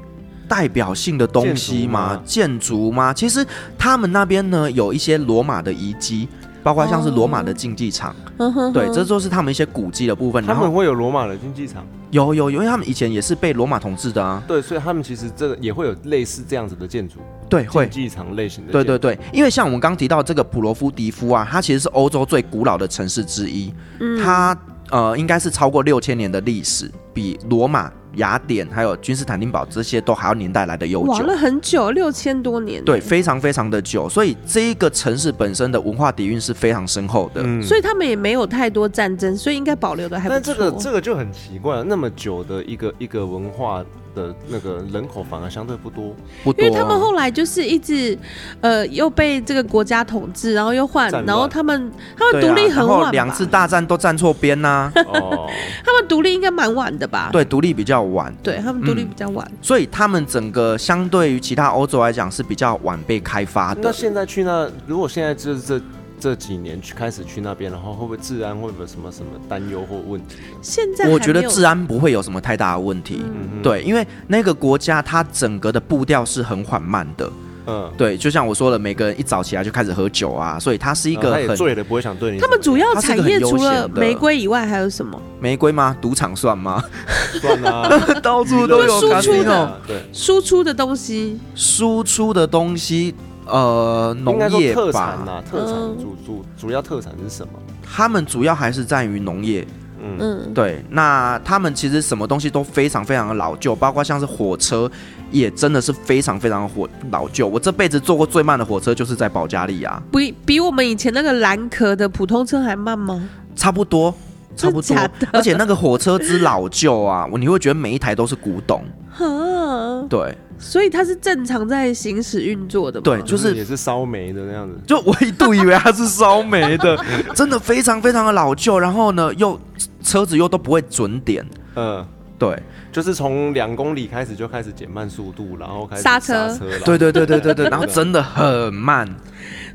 Speaker 2: 代表性的东西吗？建筑吗？其实他们那边呢有一些罗马的遗迹，包括像是罗马的竞技场，
Speaker 3: 嗯哼
Speaker 2: 对，
Speaker 3: 哼
Speaker 2: 这就是他们一些古迹的部分。
Speaker 4: 他
Speaker 2: 然
Speaker 4: 们
Speaker 2: 后
Speaker 4: 会有罗马的竞技场，
Speaker 2: 有有，有因为他们以前也是被罗马统治的啊，
Speaker 4: 对，所以他们其实这个也会有类似这样子的建筑，
Speaker 2: 对，会
Speaker 4: 竞。技场类型的
Speaker 2: 对
Speaker 4: 建筑。
Speaker 2: 对对，因为像我们刚提到这个普罗夫迪夫啊，它其实是欧洲最古老的城市之一，
Speaker 3: 嗯
Speaker 2: 它呃应该是超过六千年的历史，比罗马、雅典还有君士坦丁堡这些都还要年代来的悠
Speaker 3: 玩
Speaker 2: 久
Speaker 3: 了。很久，六千多年。
Speaker 2: 对，，非常非常的久，所以这一个城市本身的文化底蕴是非常深厚的。
Speaker 4: 嗯
Speaker 3: 所以他们也没有太多战争，所以应该保留的还不
Speaker 4: 但
Speaker 3: 错。
Speaker 4: 这个这个就很奇怪了，那么久的一个一个文化的那个人口反而相对 不多，
Speaker 2: 不多
Speaker 3: 因
Speaker 2: 啊、
Speaker 3: 为他们后来就是一直，呃，又被这个国家统治，然后又换
Speaker 4: 战，乱
Speaker 3: 然后他们他们
Speaker 2: 对
Speaker 3: 独
Speaker 2: 啊
Speaker 3: 立很
Speaker 2: 然后
Speaker 3: 晚吧，
Speaker 2: 两次大战都站错边呐、
Speaker 4: 哦，
Speaker 3: 他们独立应该蛮晚的吧？
Speaker 2: 对，独立比较晚，
Speaker 3: 对，他们独立
Speaker 2: 嗯
Speaker 3: 比较晚。
Speaker 2: 所以他们整个相对于其他欧洲来讲是比较晚被开发
Speaker 4: 那
Speaker 2: 的。
Speaker 4: 现在去那，如果现在这这这几年去开始去那边的话，会不会治安会不会有什么什么担忧或问题？
Speaker 3: 现在
Speaker 2: 我
Speaker 3: 还
Speaker 2: 觉得
Speaker 3: 没有
Speaker 2: 治安不会有什么太大的问题。
Speaker 4: 嗯哼，
Speaker 2: 对，因为那个国家它整个的步调是很缓慢的，
Speaker 4: 嗯，
Speaker 2: 对，就像我说的，每个人一早起来就开始喝酒啊，所以它是一
Speaker 4: 嗯
Speaker 2: 个
Speaker 4: 他也
Speaker 2: 很
Speaker 4: 醉了不会想对你
Speaker 3: 他
Speaker 4: 怎么样。
Speaker 3: 们主要
Speaker 2: 它是一
Speaker 3: 产
Speaker 2: 个很
Speaker 3: 业
Speaker 2: 悠
Speaker 3: 除了
Speaker 2: 闲的
Speaker 3: 玫瑰以外还有什么？
Speaker 2: 玫瑰吗？赌场算吗？
Speaker 4: 算啊，
Speaker 2: 到处
Speaker 4: 都
Speaker 3: 有输出 casino
Speaker 4: 对，
Speaker 3: 输出的东西，
Speaker 2: 输出的东西，呃，
Speaker 4: 应该
Speaker 2: 农
Speaker 4: 说
Speaker 2: 业
Speaker 4: 特产啊
Speaker 2: 吧，
Speaker 4: 呐，特
Speaker 3: 嗯
Speaker 4: 产主主主要特产是什么？
Speaker 2: 他们主要还是在于农业。
Speaker 4: 嗯，
Speaker 3: 嗯，
Speaker 2: 对，那他们其实什么东西都非常非常的老旧，包括像是火车，也真的是非常非常的火老旧。我这辈子坐过最慢的火车就是在保加利亚，
Speaker 3: 比比我们以前那个蓝壳的普通车还慢吗？
Speaker 2: 差不多。差不多
Speaker 3: 真假的，
Speaker 2: 而且那个火车之老旧啊，我你会觉得每一台都是古董，
Speaker 3: 哈，
Speaker 2: 对
Speaker 3: 所以它是正常在行驶运作的吗？
Speaker 2: 对，就
Speaker 4: 就是
Speaker 2: 是
Speaker 4: 也是烧煤的那样子。
Speaker 2: 就我一度以为它是烧煤的，真的非常非常的老旧，然后呢又车子又都不会准点，
Speaker 4: 嗯，
Speaker 2: 对
Speaker 4: 就是从两公里开始就开始减慢速度，然后开始
Speaker 3: 刹车
Speaker 4: 车，然后
Speaker 2: 对对对对对对，然后
Speaker 4: 对
Speaker 2: 真的很慢，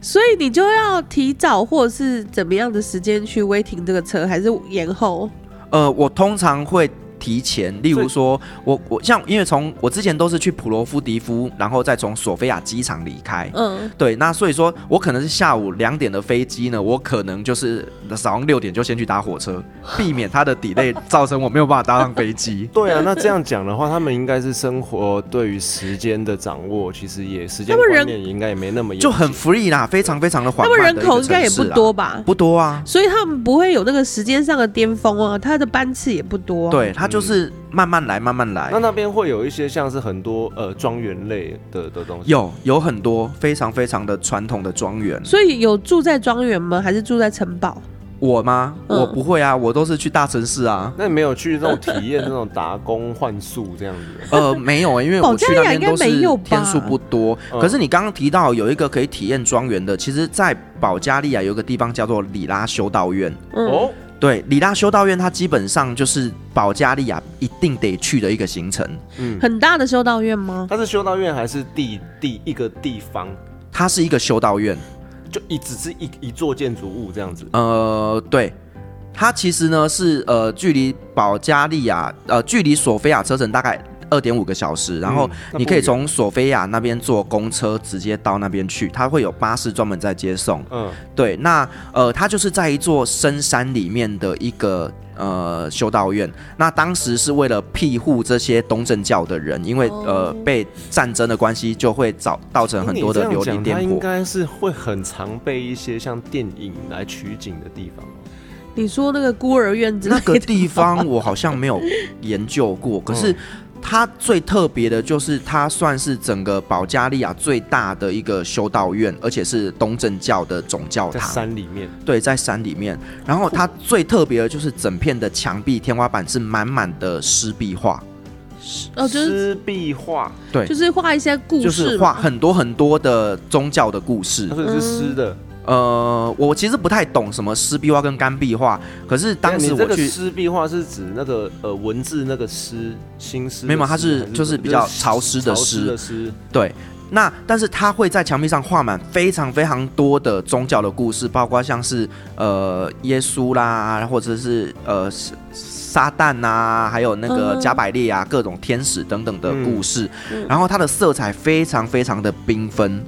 Speaker 3: 所以你就要提早或者是怎么样的时间去 waiting 这个车，还是延后？
Speaker 2: 呃，我通常会提前，例如说，我我像因为从我之前都是去普罗夫迪夫，然后再从索菲亚机场离开。
Speaker 3: 嗯，
Speaker 2: 对，那所以说我可能是下午两点的飞机呢，我可能就是早上六点就先去搭火 车，避免它的 delay 造成我没有办法搭上飞 机。
Speaker 4: 对啊，那这样讲的话，他们应该是生活对于时间的掌握，其实也时间
Speaker 3: 他们人
Speaker 4: 观念也应该也没那么严
Speaker 2: 就很
Speaker 4: 谨
Speaker 2: free 啦，非常非常的缓
Speaker 3: 他
Speaker 2: 慢
Speaker 3: 们
Speaker 2: 的一
Speaker 3: 人
Speaker 2: 个
Speaker 3: 口应该也不
Speaker 2: 城市啦
Speaker 3: 多，吧？
Speaker 2: 不多啊。
Speaker 3: 所以他们不会有那个时间上的巅峰啊，它的班次也不多、啊。，
Speaker 2: 对，它就是慢慢来，慢慢来
Speaker 3: 嗯
Speaker 4: 那。那边会有一些像是很多呃庄园类的的东西，
Speaker 2: 有有很多非常非常的传统的庄园，
Speaker 3: 所以有住在庄园吗？还是住在城堡？
Speaker 2: 我吗？
Speaker 3: 嗯
Speaker 2: 我不会啊，我都是去大城市啊。
Speaker 4: 那你没有去那种体验那种打工换宿这样 子？
Speaker 2: 呃，没有，因为
Speaker 3: 保
Speaker 2: 我去
Speaker 3: 加利
Speaker 2: 那
Speaker 3: 亚
Speaker 2: 边
Speaker 3: 应该
Speaker 2: 都是
Speaker 3: 没有吧
Speaker 2: 天数不多。
Speaker 4: 嗯
Speaker 2: 可是你刚刚提到有一个可以体验庄园的，其实，在保加利亚有一个地方叫做里拉修道院。
Speaker 3: 嗯，
Speaker 4: 哦，
Speaker 2: 对，里拉修道院它基本上就是保加利亚一定得去的一个行程。
Speaker 4: 嗯，
Speaker 3: 很大的修道院吗？
Speaker 4: 它是修道院还是地地一个地方？
Speaker 2: 它是一个修道院，
Speaker 4: 就一只是一一座建筑物这样子，
Speaker 2: 呃，对，它其实呢是呃距离保加利亚呃距离索菲亚车程大概二点五个小时，然后
Speaker 4: 嗯那不
Speaker 2: 你可以
Speaker 4: 远
Speaker 2: 从索菲亚那边坐公车直接到那边去，它会有巴士专门在接送。
Speaker 4: 嗯，
Speaker 2: 对，那呃，它就是在一座深山里面的一个呃修道院。那当时是为了庇护这些东正教的人，因为、呃
Speaker 3: 哦
Speaker 2: 被战争的关系，就会造造成很多的流离
Speaker 4: 你这样讲它
Speaker 2: 颠
Speaker 4: 应
Speaker 2: 簸。
Speaker 4: 该是会很常被一些像电影来取景的地方。
Speaker 2: 哦
Speaker 3: 你说那个孤儿院之类
Speaker 2: 那
Speaker 3: 的
Speaker 2: 个地方我好像没有研究过，可是。它最特别的就是，它算是整个保加利亚最大的一个修道院，而且是东正教的总教
Speaker 4: 在
Speaker 2: 堂。
Speaker 4: 山里面，
Speaker 2: 对，在山里面。然后它最特别的就是整片的墙壁、天花板是满满的湿壁画，
Speaker 3: 哦，就是
Speaker 4: 湿壁画，
Speaker 2: 对，
Speaker 3: 就是画一些故事嘛，
Speaker 2: 就是画很多很多的宗教的故事
Speaker 4: 它。说
Speaker 3: 嗯
Speaker 4: 是湿的。
Speaker 2: 呃，我其实不太懂什么湿壁画跟干壁画，可是当时
Speaker 4: 你这
Speaker 2: 我
Speaker 4: 个
Speaker 2: 去。
Speaker 4: 湿壁画是指那个呃文字那个湿，新湿的湿。
Speaker 2: 没有它是
Speaker 4: 还
Speaker 2: 就是比较潮湿的
Speaker 4: 潮
Speaker 2: 湿
Speaker 4: 的湿。
Speaker 2: 对，那但是他会在墙壁上画满非常非常多的宗教的故事，包括像是呃耶稣啦，或者是呃撒撒旦呐、还有那个
Speaker 3: 嗯
Speaker 2: 加百列啊，各种天使等等的故事。
Speaker 3: 嗯
Speaker 2: 然后它的色彩非常非常的缤纷，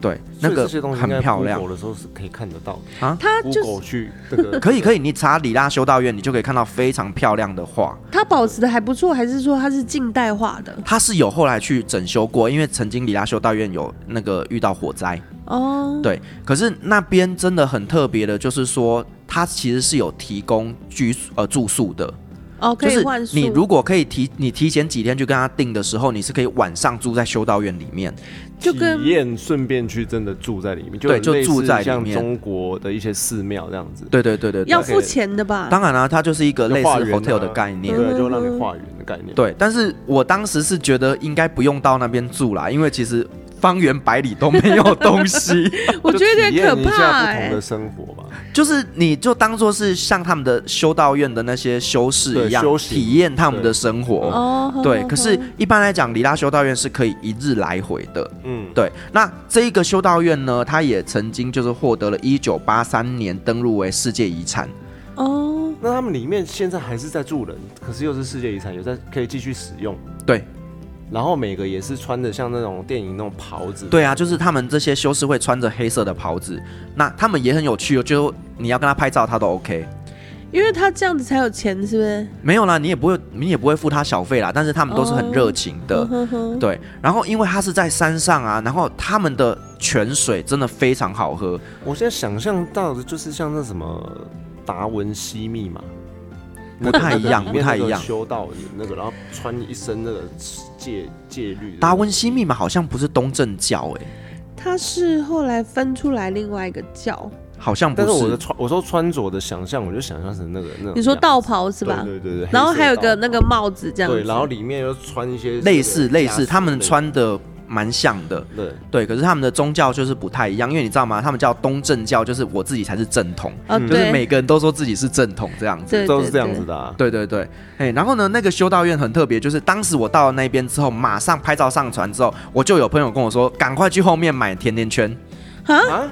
Speaker 2: 对，那个
Speaker 4: 所以这些东西应该
Speaker 2: 很漂亮
Speaker 4: Google 的时候是可以看得到的。
Speaker 3: 它就是
Speaker 4: Google 去这个
Speaker 2: 可以可
Speaker 4: 以，
Speaker 2: 以，你查里拉修道院，你就可以看到非常漂亮的画。
Speaker 3: 它保持的还不错，还是说它是近代化的？
Speaker 2: 它是有后来去整修过，因为曾经里拉修道院有那个遇到火灾，
Speaker 3: 哦，
Speaker 2: 对。可是那边真的很特别的，就是说它其实是有提供居宿呃住宿的，
Speaker 3: 哦，
Speaker 2: 就
Speaker 3: 可以
Speaker 2: 是
Speaker 3: 换宿。
Speaker 2: 你如果可以提你提前几天去跟他订的时候，你是可以晚上住在修道院里面。
Speaker 3: 就跟
Speaker 4: 体验，顺便去真的住在里面，
Speaker 2: 对就
Speaker 4: 类似
Speaker 2: 住在里
Speaker 4: 像
Speaker 2: 面
Speaker 4: 中国的一些寺庙这样子，
Speaker 2: 对对对对对
Speaker 3: 要付钱的吧？
Speaker 2: 当然啦、它就是一个
Speaker 4: 就
Speaker 2: 类似
Speaker 4: 化缘啊
Speaker 2: hotel 的概念。
Speaker 3: 嗯
Speaker 4: 对，就让你化缘的概念。
Speaker 2: 对，但是我当时是觉得应该不用到那边住啦，因为其实方圆百里都没有东 西，
Speaker 3: 我
Speaker 4: 就
Speaker 3: 觉得有点
Speaker 4: 体验
Speaker 3: 可
Speaker 4: 一
Speaker 3: 怕
Speaker 4: 下
Speaker 2: 欸
Speaker 4: 不
Speaker 3: 哎、
Speaker 4: 同的生活吧。
Speaker 2: 就是你就当做是像他们的修道院的那些修士一样
Speaker 4: 对修，行
Speaker 2: 体验他们的生活。
Speaker 3: 哦，好
Speaker 2: 对，
Speaker 3: 好
Speaker 2: 可是
Speaker 3: 好
Speaker 2: 一般来讲，里拉修道院是可以一日来回的。
Speaker 4: 嗯，
Speaker 2: 对，那这一个修道院呢，它也曾经就是获得了1983年登入为世界遗产。
Speaker 3: 哦，
Speaker 4: 那他们里面现在还是在住人，可是又是世界遗产，有在可以继续使用。
Speaker 2: 对，
Speaker 4: 然后每个也是穿的像那种电影那种袍子，
Speaker 2: 对啊，就是他们这些修士会穿着黑色的袍子，那他们也很有趣哦，就你要跟他拍照，他都 OK。
Speaker 3: 因为他这样子才有钱，是不是？
Speaker 2: 没有啦，你也不会，你也不会付他小费啦，但是他们都是很热情的。
Speaker 3: 呵呵
Speaker 2: 对，然后因为它是在山上啊，然后他们的泉水真的非常好喝，
Speaker 4: 我现在想象到的就是像那什么达文西密码，
Speaker 2: 不太一样，
Speaker 4: 里
Speaker 2: 不
Speaker 4: 面
Speaker 2: 太
Speaker 4: 那
Speaker 2: 一
Speaker 4: 个
Speaker 2: 样。
Speaker 4: 修道的那个，然后穿一身那个戒戒律的。
Speaker 2: 达文西密码好像不是东正教、欸，
Speaker 3: 他是后来分出来另外一个教，
Speaker 2: 好像不
Speaker 4: 但
Speaker 2: 是。
Speaker 4: 是我的穿，我说穿着的想象，我就想象成那个那种
Speaker 3: 你说
Speaker 4: 样
Speaker 3: 道袍是
Speaker 4: 子
Speaker 3: 吧？
Speaker 4: 对对对对，
Speaker 3: 然后
Speaker 4: 黑色
Speaker 3: 还有
Speaker 4: 道
Speaker 3: 个那个帽子这样子，
Speaker 4: 对，然后里面又穿一些
Speaker 2: 类似类似，他们
Speaker 4: 穿
Speaker 2: 穿的蛮像的，
Speaker 4: 对
Speaker 2: 对。可是他们的宗教就是不太一样，因为你知道吗？他们叫东正教，就是我自己才是正统，
Speaker 3: 哦
Speaker 4: 嗯
Speaker 2: 就是
Speaker 3: 对
Speaker 2: 每个人都说自己是正统这样子。
Speaker 3: 对
Speaker 4: 都是这样子
Speaker 3: 的。
Speaker 4: 的啊。
Speaker 2: 对对对，哎，然后呢，那个修道院很特别，就是当时我到了那边之后，马上拍照上传之后，我就有朋友跟我说，赶快去后面买甜甜圈，
Speaker 4: 啊，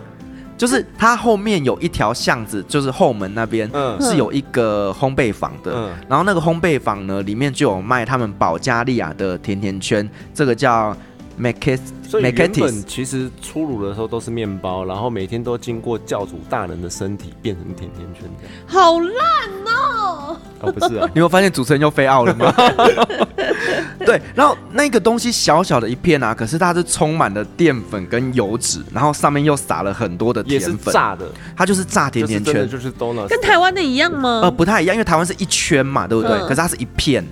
Speaker 2: 就是它后面有一条巷子，就是后门那边
Speaker 4: 嗯
Speaker 2: 是有一个烘焙坊的，
Speaker 4: 嗯，
Speaker 2: 然后那个烘焙坊呢，里面就有卖他们保加利亚的甜甜圈，这个叫 m a k e s
Speaker 4: 所以
Speaker 2: Make
Speaker 4: 原
Speaker 2: it，
Speaker 4: 本其实出炉的时候都是面包，然后每天都经过教主大人的身体变成甜甜圈这样。
Speaker 3: 好烂哦！
Speaker 4: 哦，不是啊
Speaker 2: 你有发现主持人又飞奥了吗？ 对，然后那个东西小小的一片啊，可是它是充满了淀粉跟油脂，然后上面又撒了很多的
Speaker 4: 也
Speaker 2: 甜
Speaker 4: 是
Speaker 2: 粉，
Speaker 4: 炸的，
Speaker 2: 它就是炸甜甜
Speaker 4: 就是真的
Speaker 2: 圈。
Speaker 4: 就是 donut，
Speaker 3: 跟台湾的一样吗？
Speaker 2: 呃，不太一样，因为台湾是一圈嘛，对不对？
Speaker 3: 嗯
Speaker 2: 可是它是一片，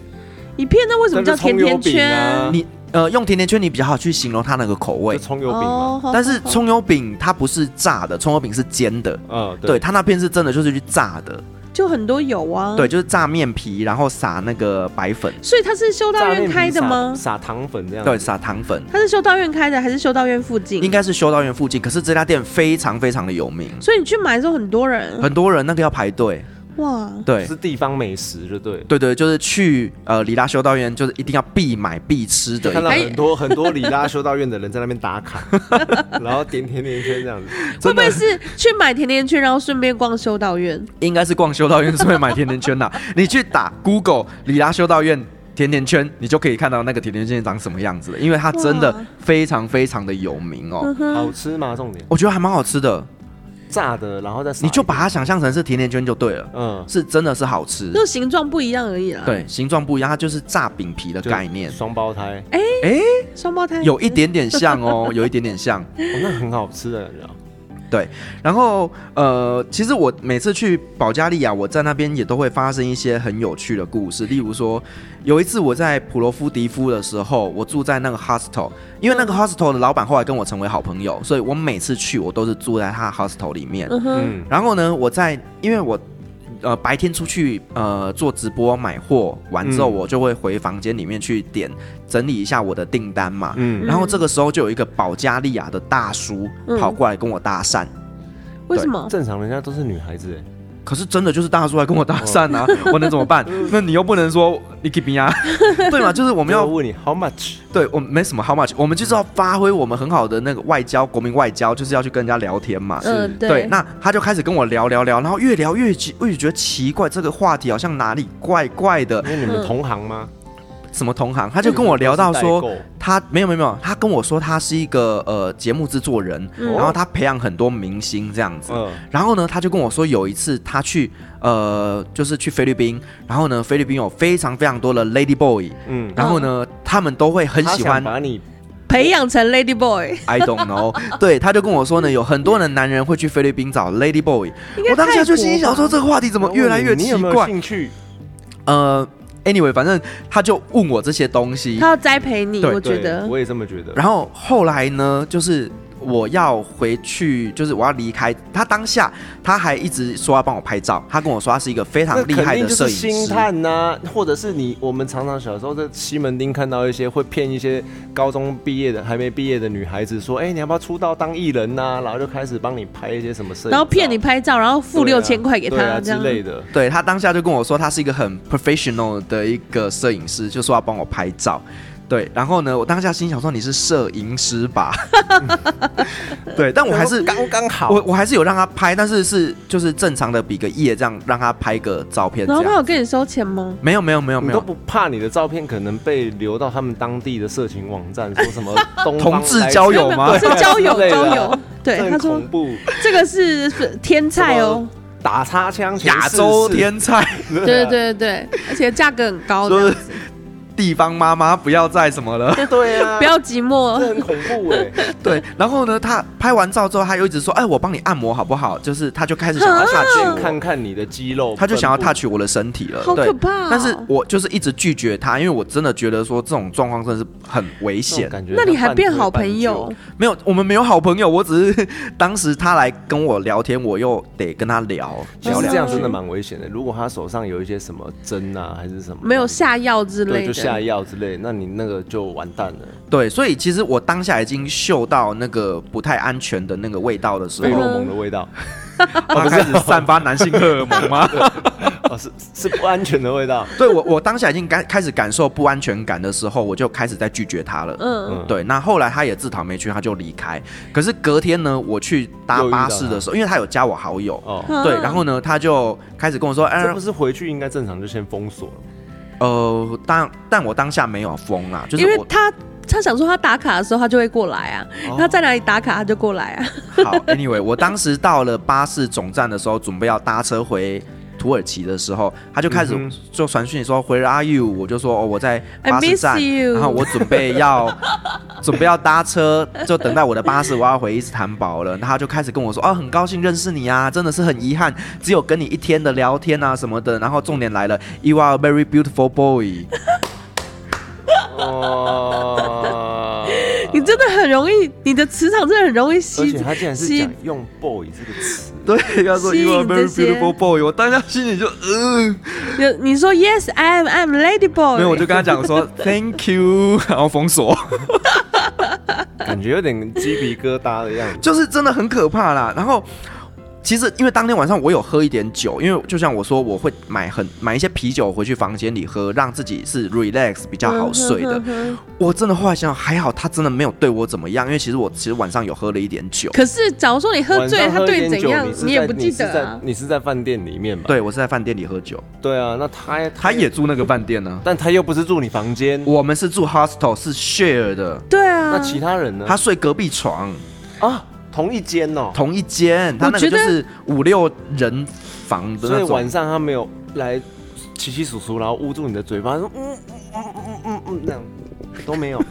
Speaker 3: 一片那为什么叫甜甜
Speaker 4: 但是葱油饼
Speaker 3: 圈？
Speaker 4: 啊
Speaker 2: 你呃用甜甜圈你比较好去形容它那个口味
Speaker 4: 就，葱
Speaker 3: 啊
Speaker 4: 油饼嘛，
Speaker 3: 哦好
Speaker 2: 但是
Speaker 3: 好好
Speaker 2: 葱油饼它不是炸的，葱油饼是煎的，
Speaker 4: 嗯，
Speaker 2: 对，它那片是真的就是去炸的，
Speaker 3: 就很多油啊。
Speaker 2: 对，，就是炸面皮，然后撒那个白粉，
Speaker 3: 所以他是修道
Speaker 4: 炸面
Speaker 3: 院
Speaker 4: 皮
Speaker 3: 开的
Speaker 4: 撒
Speaker 3: 吗？
Speaker 4: 撒糖粉这样子，
Speaker 2: 对，撒糖粉，
Speaker 3: 他是修道院开的，还是修道院附近？
Speaker 2: 应该是修道院附近。可是这家店非常非常的有名，
Speaker 3: 所以你去买的时候很多人
Speaker 2: 很多人那个要排队。
Speaker 3: 哇，
Speaker 2: 对
Speaker 4: 是地方美食，就对。
Speaker 2: 对对，就是去呃里拉修道院，就是一定要必买必吃的
Speaker 4: 看到
Speaker 3: 哎
Speaker 2: 一。
Speaker 4: 很多很多里拉修道院的人在那边打 卡，然后点甜甜圈这样子，
Speaker 3: 会不会是去买甜甜圈，然后顺便逛修道院？
Speaker 2: 应该是逛修道院是会买甜甜圈啦。你去打 Google 里拉修道院甜甜圈，你就可以看到那个甜甜圈长什么样子了，因为它真的
Speaker 3: 哇
Speaker 2: 非常非常的有名哦。
Speaker 4: 好吃吗？重点
Speaker 2: 我觉得还蛮好吃的，
Speaker 4: 炸的，然后再撒
Speaker 2: 你就
Speaker 4: 一
Speaker 2: 把它想象成是甜甜圈就对了，
Speaker 4: 嗯
Speaker 2: 是真的是好吃。
Speaker 3: 就形状不一样而已啦。，
Speaker 2: 对，形状不一样，它就是炸饼皮的
Speaker 4: 就
Speaker 2: 概念，
Speaker 4: 双胞胎，
Speaker 3: 哎双胞胎
Speaker 2: 有一点点像哦，有一点点像。
Speaker 4: 哦，那很好吃的感觉啊。
Speaker 2: 然后呃，其实我每次去保加利亚，我在那边也都会发生一些很有趣的故事。例如说，有一次我在普罗夫迪夫的时候，我住在那个 hostel，因
Speaker 3: 嗯
Speaker 2: 为那个 hostel 的老板后来跟我成为好朋友，所以我每次去我都是住在他的 hostel 里面。
Speaker 3: 嗯哼，
Speaker 4: 嗯，
Speaker 2: 然后呢，我在因为我。呃，白天出去呃做直播买货完之后，
Speaker 4: 嗯
Speaker 2: 我就会回房间里面去点整理一下我的订单嘛。
Speaker 4: 嗯，
Speaker 2: 然后这个时候就有一个保加利亚的大叔
Speaker 3: 嗯
Speaker 2: 跑过来跟我搭讪，
Speaker 3: 为什么？
Speaker 4: 正常人家都是女孩子哎，
Speaker 2: 可是真的就是大叔来跟我搭讪啊， 我能怎么办？那你又不能说你 keep me 啊， 对嘛？就是我
Speaker 4: 我
Speaker 2: 们要
Speaker 4: 问你 how much，
Speaker 2: 对我们没什么 how much，我们就是要发挥我们很好的那个外交，国民外交就是要去跟人家聊天嘛。
Speaker 3: 嗯、
Speaker 2: 对，那他就开始跟我聊聊聊，然后越聊越觉越觉得奇怪，这个话题好像哪里怪怪的
Speaker 4: 因，为你们
Speaker 3: 嗯
Speaker 4: 同行吗？
Speaker 2: 什么同行，他就跟我聊到说
Speaker 4: 都是代购，
Speaker 2: 他没有没有没有，他跟我说他是一个呃节目制作人，然后他培养很多明星这样子。
Speaker 4: 嗯，
Speaker 2: 然后呢，他就跟我说，有一次他去呃，就是去菲律宾，然后呢，菲律宾有非常非常多的 lady boy，
Speaker 4: 嗯
Speaker 2: 然后呢，他们都会很
Speaker 4: 他
Speaker 2: 喜
Speaker 4: 想
Speaker 2: 欢
Speaker 4: 把你
Speaker 3: 培养成 Lady Boy，
Speaker 2: I don't know，对，他就跟我说呢，有很多的男人会去菲律宾找 lady boy，
Speaker 3: 应该
Speaker 2: 我当下就心里想说，
Speaker 3: 泰
Speaker 2: 这个话题怎么越来越
Speaker 4: 你
Speaker 2: 奇
Speaker 4: 有没有
Speaker 2: 怪？
Speaker 4: 兴趣？
Speaker 2: 呃，anyway，反正他就问我这些东
Speaker 3: 国
Speaker 2: 西
Speaker 3: 他，要栽培你，
Speaker 2: 对
Speaker 3: 我觉
Speaker 4: 对
Speaker 3: 得
Speaker 4: 我也这么觉得。
Speaker 2: 然后后来呢，就是我要回去，就是我要离开。他当下他还一直说要帮我拍照，他跟我说他是一个非
Speaker 4: 那
Speaker 2: 常厉
Speaker 4: 肯
Speaker 2: 害
Speaker 4: 定
Speaker 2: 的
Speaker 4: 就是
Speaker 2: 摄影
Speaker 4: 星
Speaker 2: 师。
Speaker 4: 探呐、或者是你我们常常小时候在西门町看到一些会骗一些高中毕业的还没毕业的女孩子说，哎、你要不要出道当艺人呐、然后就开始帮你拍一些什么摄影照，
Speaker 3: 然后骗你拍照，然后付
Speaker 4: 对啊
Speaker 3: 六千块给
Speaker 4: 对
Speaker 3: 他，
Speaker 4: 啊
Speaker 3: 这
Speaker 4: 之
Speaker 3: 样
Speaker 4: 类的。
Speaker 2: 对他当下就跟我说，他是一个很 professional 的一个摄影师，就说要帮我拍照。对，然后呢，我当下心想说你是摄影师 吧？对，但我还是
Speaker 4: 刚刚好，
Speaker 2: 我我还是有让他拍，但是是就是正常的比个耶这样让他拍个照片这
Speaker 3: 然后他有
Speaker 2: 样。
Speaker 3: 跟你收钱吗？
Speaker 2: 没有没有没有
Speaker 4: 你
Speaker 2: 啊没
Speaker 4: 都
Speaker 2: 有，
Speaker 4: 不怕你的照片可能被流到他们当地的色情网 站，说什么东
Speaker 2: 同
Speaker 4: 方
Speaker 2: 志
Speaker 4: 来
Speaker 2: 交
Speaker 4: 自
Speaker 2: 友
Speaker 3: 没有
Speaker 2: 吗
Speaker 3: 没有是交 友
Speaker 4: 之类的
Speaker 3: 交
Speaker 4: 啊
Speaker 3: 友。对，
Speaker 4: 这
Speaker 3: 他
Speaker 4: 很
Speaker 3: 说
Speaker 4: 恐怖，
Speaker 3: 这个是是天菜哦，
Speaker 4: 打擦枪前
Speaker 2: 亚
Speaker 4: 四
Speaker 2: 洲
Speaker 4: 四
Speaker 2: 天才。
Speaker 3: 对
Speaker 2: 啊
Speaker 3: 对对，而且价格很高，
Speaker 2: 就
Speaker 3: 这
Speaker 2: 是
Speaker 3: 样
Speaker 2: 地方妈妈不要再什么了，
Speaker 4: 对啊，
Speaker 3: 不要寂
Speaker 4: 这
Speaker 3: 寞，
Speaker 4: 很恐怖哎、
Speaker 2: 对。然后呢，他拍完照之后，他又一直说：“哎，我帮你按摩好不好？”就是他就开始想要 touch 我，
Speaker 4: 看看你的肌肉分布，
Speaker 2: 他就想要 touch 我的身体了。
Speaker 3: 好
Speaker 2: 对
Speaker 3: 可，
Speaker 4: 啊
Speaker 3: 怕、哦。
Speaker 2: 但是我就是一直拒绝他，因为我真的觉得说这种状况真的是很危
Speaker 4: 这种
Speaker 2: 险。
Speaker 4: 感觉
Speaker 3: 那你
Speaker 4: 像
Speaker 3: 还
Speaker 4: 半
Speaker 3: 变
Speaker 4: 推
Speaker 3: 好
Speaker 4: 半
Speaker 3: 朋
Speaker 4: 就
Speaker 3: 友？
Speaker 2: 没有，我们没有好朋友，我只是当时他来跟我聊天，我又得跟他聊
Speaker 4: 其
Speaker 2: 聊
Speaker 4: 实
Speaker 2: 聊
Speaker 4: 这
Speaker 3: 嗯
Speaker 4: 样真的
Speaker 2: 去
Speaker 4: 蛮危险的。如果他手上有一些什么针啊，还是什么
Speaker 3: 没有下药之
Speaker 4: 对，
Speaker 3: 类
Speaker 4: 就下
Speaker 3: 的，
Speaker 4: 药之类，那你那个就完蛋了。
Speaker 2: 对，所以其实我当下已经嗅到那个不太安全的那个味道的时
Speaker 4: 费
Speaker 2: 候
Speaker 4: 洛，
Speaker 3: 嗯
Speaker 4: 蒙的 味道，
Speaker 2: 他开始散发男性荷尔蒙 吗？
Speaker 4: 哦，是是不安全的味道。
Speaker 2: 对我，我当下已经感开始感受不安全感的时候，我就开始在拒绝他了。
Speaker 3: 嗯，
Speaker 4: 嗯，
Speaker 2: 对，那后来他也自讨没趣，他就离开。可是隔天呢，我去搭
Speaker 4: 又遇到
Speaker 2: 巴士的时候，因为他有加我好友，
Speaker 4: 哦，
Speaker 3: 啊
Speaker 2: 对，然后呢，他就开始跟我说，哎
Speaker 4: 这不，是回去应该正常就先封锁了吗。
Speaker 2: 呃，当但我当下没有啊疯啦，就是
Speaker 3: 因为
Speaker 2: 我
Speaker 3: 他他想说他打卡的时候他就会过来啊，
Speaker 4: 哦
Speaker 3: 他在哪里打卡他就过来啊，
Speaker 2: 好，anyway，我当时到了巴士总站的时候，准备要搭车回。土耳其的时候，他就开始
Speaker 4: 嗯哼
Speaker 2: 就传讯说 Where are you？我就说哦我在
Speaker 3: I
Speaker 2: 巴士
Speaker 3: miss
Speaker 2: 站
Speaker 3: you
Speaker 2: 然后我准备要准备要搭车，就等待我的巴士，我要回伊斯坦堡了。然后他就开始跟我说哦，很高兴认识你啊，真的是很遗憾，只有跟你一天的聊天啊什么的。然后重点来了，You are a very beautiful boy。
Speaker 4: 哦，
Speaker 3: 你真的很容易，你的磁场真的很容易
Speaker 4: 而
Speaker 3: 吸
Speaker 4: 且，他竟然是
Speaker 3: 吸
Speaker 4: 讲用 “boy” 这个词，
Speaker 2: 对，他说
Speaker 3: 吸
Speaker 2: You are a
Speaker 3: 引这
Speaker 2: very
Speaker 3: 些
Speaker 2: beautiful boy。我当下心里就嗯。
Speaker 3: 你你说 Yes I am I'm Lady Boy，
Speaker 2: 没有，我就跟他讲说 Thank you，然 后封锁，
Speaker 4: 感觉有点鸡皮疙瘩的样子。
Speaker 2: 就是真的很可怕啦。然后其实因为当天晚上我有喝一点酒，因为就像我说，我会买很买一些啤酒回去房间里喝，让自己是 relax 比较好睡的。
Speaker 3: 嗯哼哼哼
Speaker 2: 我真的后来想想，还好他真的没有对我怎么样，因为其实我其实晚上有喝了一点酒。
Speaker 3: 可是假如说你喝
Speaker 4: 晚
Speaker 3: 醉，
Speaker 4: 上
Speaker 3: 他
Speaker 4: 喝一
Speaker 3: 对
Speaker 4: 点
Speaker 3: 你怎
Speaker 4: 酒
Speaker 3: 样
Speaker 4: 你是，
Speaker 3: 你也
Speaker 4: 在
Speaker 3: 不记
Speaker 4: 是
Speaker 3: 得
Speaker 4: 在
Speaker 3: 啊。
Speaker 4: 你是在饭店里面吧？
Speaker 2: 对我是在饭店里喝酒，
Speaker 4: 对啊，那他
Speaker 2: 他也住那个饭店呢、
Speaker 4: 但他又不是住你房间，
Speaker 2: 我们是住 hostel，是 share 的，
Speaker 3: 对啊
Speaker 4: 那，其他人呢？
Speaker 2: 他睡隔壁床，
Speaker 4: 啊，同一间哦，
Speaker 2: 同一间，他那个
Speaker 3: 我觉
Speaker 2: 就
Speaker 3: 得
Speaker 2: 是五六人房的
Speaker 4: 所以
Speaker 2: 那种
Speaker 4: 晚。上他没有来稀稀疏疏，然后捂住你的嘴巴，说嗯嗯嗯嗯嗯那样都没有，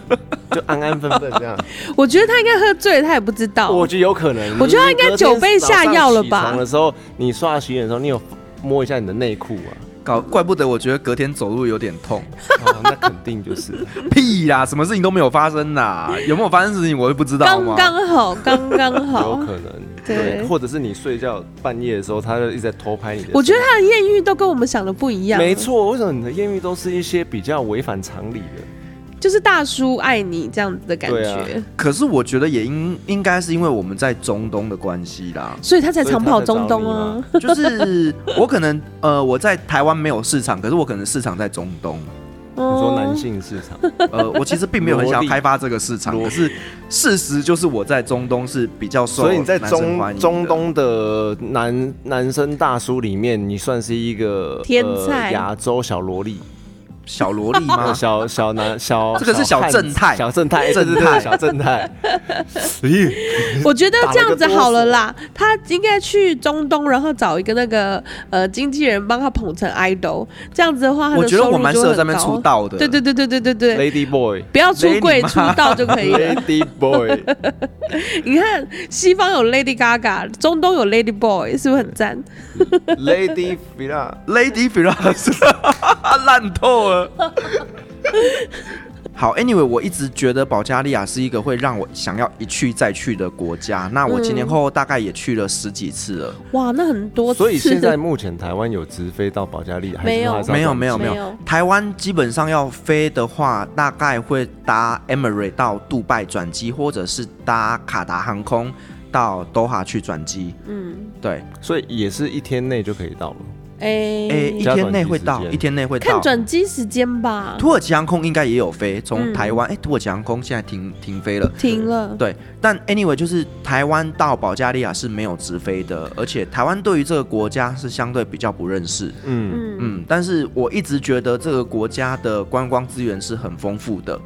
Speaker 4: 就安安分分这样。
Speaker 3: 我觉得他应该喝醉，他也不知道。
Speaker 4: 我觉得有可能，
Speaker 3: 我觉得他应该酒杯下药了吧
Speaker 4: 你隔天早上起床的时候，你刷牙洗脸的时候，你有摸一下你的内裤啊？
Speaker 2: 搞，怪不得我觉得隔天走路有点痛。
Speaker 4: 哦那肯定就是。
Speaker 2: 屁 啦，什么事情都没有发生啦，有没有发生事情我也不知道
Speaker 3: 刚
Speaker 2: 嘛。
Speaker 3: 刚好，刚刚
Speaker 4: 有
Speaker 3: 好。
Speaker 4: 可能，
Speaker 3: 对
Speaker 4: 或者是你睡觉半夜的时候，他就一直在偷拍你的。
Speaker 3: 我觉得他的艳遇都跟我们想的不一样。
Speaker 4: 没，错，为什么你的艳遇都是一些比较违反常理的？
Speaker 3: 就是大叔爱你这样子的感
Speaker 4: 对
Speaker 3: 觉，，
Speaker 2: 可是我觉得也应应该是因为我们在中东的关系啦
Speaker 3: 所以他才
Speaker 4: 所以他
Speaker 3: 长跑
Speaker 4: 才
Speaker 3: 中
Speaker 4: 找
Speaker 3: 东
Speaker 4: 你
Speaker 3: 啊
Speaker 4: 嘛。
Speaker 2: 就是我可能呃我在台湾没有市场，可是我可能市场在中东。
Speaker 4: 你说
Speaker 3: 哦
Speaker 4: 男性 市场，
Speaker 2: 呃，我其实并没有很想要
Speaker 4: 萝莉
Speaker 2: 开发这个市场，
Speaker 4: 萝
Speaker 2: 可是事实就是我在中东是比较受
Speaker 4: 所以你在
Speaker 2: 男生欢
Speaker 4: 中
Speaker 2: 迎的
Speaker 4: 中东的男男生大叔里面，你算是一个
Speaker 3: 天才
Speaker 4: 呃亚洲小萝莉。
Speaker 2: 小萝莉吗？
Speaker 4: 小小男小，
Speaker 2: 啊这个是小
Speaker 4: 汉子
Speaker 2: 正太
Speaker 4: 小正太，
Speaker 2: 正
Speaker 4: 正
Speaker 2: 太
Speaker 4: 太，小 正太。咦，
Speaker 3: 我觉得
Speaker 4: 打了
Speaker 3: 这样子
Speaker 4: 个哆嗦
Speaker 3: 好了啦，他应该去中东，然后找一个那个呃经纪人帮他捧成 idol，这样子的话，他的
Speaker 2: 我觉得
Speaker 3: 收入
Speaker 2: 我蛮
Speaker 3: 就
Speaker 2: 适
Speaker 3: 会
Speaker 2: 合在
Speaker 3: 很
Speaker 2: 那边
Speaker 3: 高
Speaker 2: 出。道的。
Speaker 3: 对对对对对对对，
Speaker 4: Lady Boy，Lady
Speaker 3: 不要出
Speaker 2: Lady
Speaker 3: 柜
Speaker 2: 嘛
Speaker 3: 出道就可以了。
Speaker 4: Boy，
Speaker 3: 你看西方有 Lady Gaga，中东有 Lady Boy，是不是很赞？
Speaker 4: Lady Villa，
Speaker 2: Lady Firas，烂透了。好，Anyway，我一直觉得保加利亚是一个会让我想要一去再去的国家。那我前前后后大概也去了十几次了。
Speaker 3: 哇，那很多次。
Speaker 4: 所以现在目前台湾有直飞到保加利亚，还是
Speaker 3: 没有
Speaker 4: 还是要
Speaker 2: 没有
Speaker 4: 转
Speaker 2: 没有没
Speaker 3: 没有
Speaker 2: 有，台湾基本上要飞的话，大概会搭 Emirate 到杜拜转机，或者是搭卡达航空到多哈去转机。
Speaker 3: 嗯，
Speaker 2: 对，
Speaker 4: 所以也是一天内就可以到了。
Speaker 3: 哎、
Speaker 2: 诶，一
Speaker 4: 加
Speaker 2: 天内
Speaker 4: 转机
Speaker 2: 会
Speaker 4: 时
Speaker 2: 到，
Speaker 4: 间
Speaker 2: 一天内会
Speaker 3: 看
Speaker 2: 到。
Speaker 3: 转机时间吧，
Speaker 2: 土耳其航空应该也有飞，从
Speaker 3: 嗯
Speaker 2: 台湾，哎、土耳其航空现在停停飞了。
Speaker 3: 停了。
Speaker 2: 对，但 anyway 就是台湾到保加利亚是没有直飞的，而且台湾对于这个国家是相对比较不认识。
Speaker 4: 嗯，
Speaker 3: 嗯，
Speaker 2: 嗯，但是我一直觉得这个国家的观光资源是很丰富的。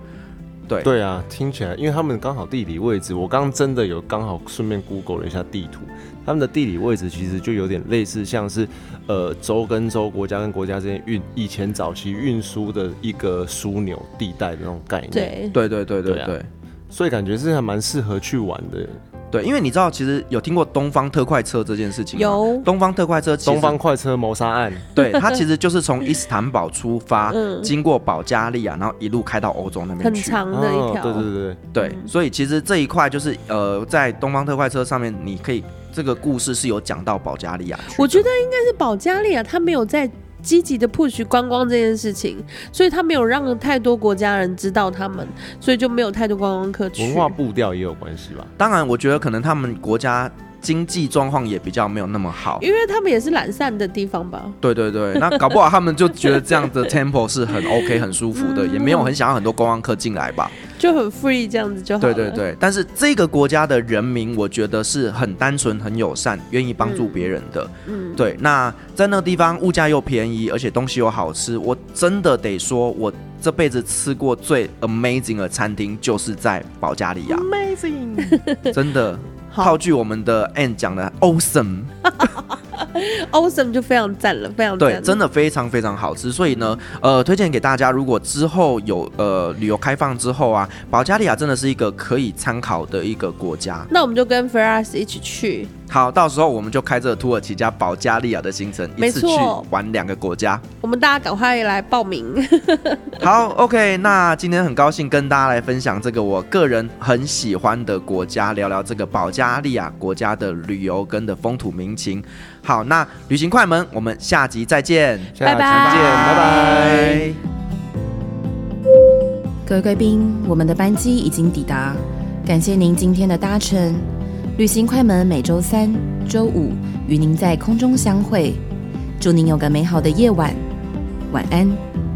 Speaker 2: 对，
Speaker 4: 对啊，听起来，因为他们刚好地理位置，我刚刚真的有刚好顺便 Google 了一下地图，他们的地理位置其实就有点类似，像是呃州跟州、国家跟国家之间运以前早期运输的一个枢纽地带的那种概念。，
Speaker 3: 对，
Speaker 2: 对对对对
Speaker 4: 对
Speaker 2: 对
Speaker 4: 啊
Speaker 2: 对
Speaker 4: 所以感觉是还蛮适合去玩的。
Speaker 2: 对，因为你知道，其实有听过东方特快车这件事情吗？
Speaker 3: 有
Speaker 2: 东方特快车，
Speaker 4: 东方快车谋杀案，
Speaker 2: 对它其实就是从伊斯坦堡出发，
Speaker 3: 嗯
Speaker 2: 经过保加利亚，然后一路开到欧洲那边
Speaker 3: 很
Speaker 2: 去。
Speaker 3: 长嗯的一条。
Speaker 4: 啊对对对对，
Speaker 2: 对，所以其实这一块就是呃，在东方特快车上面，你可以这个故事是有讲到保加利亚去的。
Speaker 3: 我觉得应该是保加利亚，他没有在积极的 push 观光这件事情，所以他没有让太多国家人知道他们，所以就没有太多观光客去。
Speaker 4: 文化步调也有关系吧。
Speaker 2: 当然，我觉得可能他们国家经济状况也比较没有那么好。
Speaker 3: 因为他们也是懒散的地方吧，
Speaker 2: 对对对， 那搞不好他们就觉得这样的 tempo 是很 OK、很舒服的，也没有很想要很多观光客进来吧。
Speaker 3: 就很 free 这样子就好
Speaker 2: 对
Speaker 3: 了。
Speaker 2: 对，对，但是这个国家的人民，我觉得是很单纯、很友善，愿意帮助别人的。
Speaker 3: 嗯，
Speaker 2: 对，那在那个地方物价又便宜，而且东西又好吃，我真的得说，我这辈子吃过最 amazing 的餐厅就是在保加利亚，amazing，真 的。套
Speaker 3: 好嗯
Speaker 2: 句我们的 Ann 讲的 awesome，
Speaker 3: ，awesome 就非常赞了，非常赞
Speaker 2: 对
Speaker 3: 了，，
Speaker 2: 真的非常非常好吃。所以呢，呃，推荐给大家，如果之后有呃旅游开放之后啊，保加利亚真的是一个可以参考的一个国家。
Speaker 3: 那我们就跟 Ferris 一起去，
Speaker 2: 好，到时候我们就开这个土耳其加保加利亚的行程，一
Speaker 3: 没
Speaker 2: 次去
Speaker 3: 错
Speaker 2: 玩两个国家。
Speaker 3: 我们大家赶快来报名。
Speaker 2: 好，OK，那今天很高兴跟大家来分享这个我个人很喜欢的国家，聊聊这个保加利亚国家的旅游跟的风土民情。好，那旅行快门，我们下集再见，
Speaker 4: 下期见，
Speaker 3: 拜拜
Speaker 4: 拜拜。
Speaker 1: 各位贵宾，我们的班机已经抵达，感谢您今天的搭乘。旅行快门每周三、周五与您在空中相会，祝您有个美好的夜晚，晚安。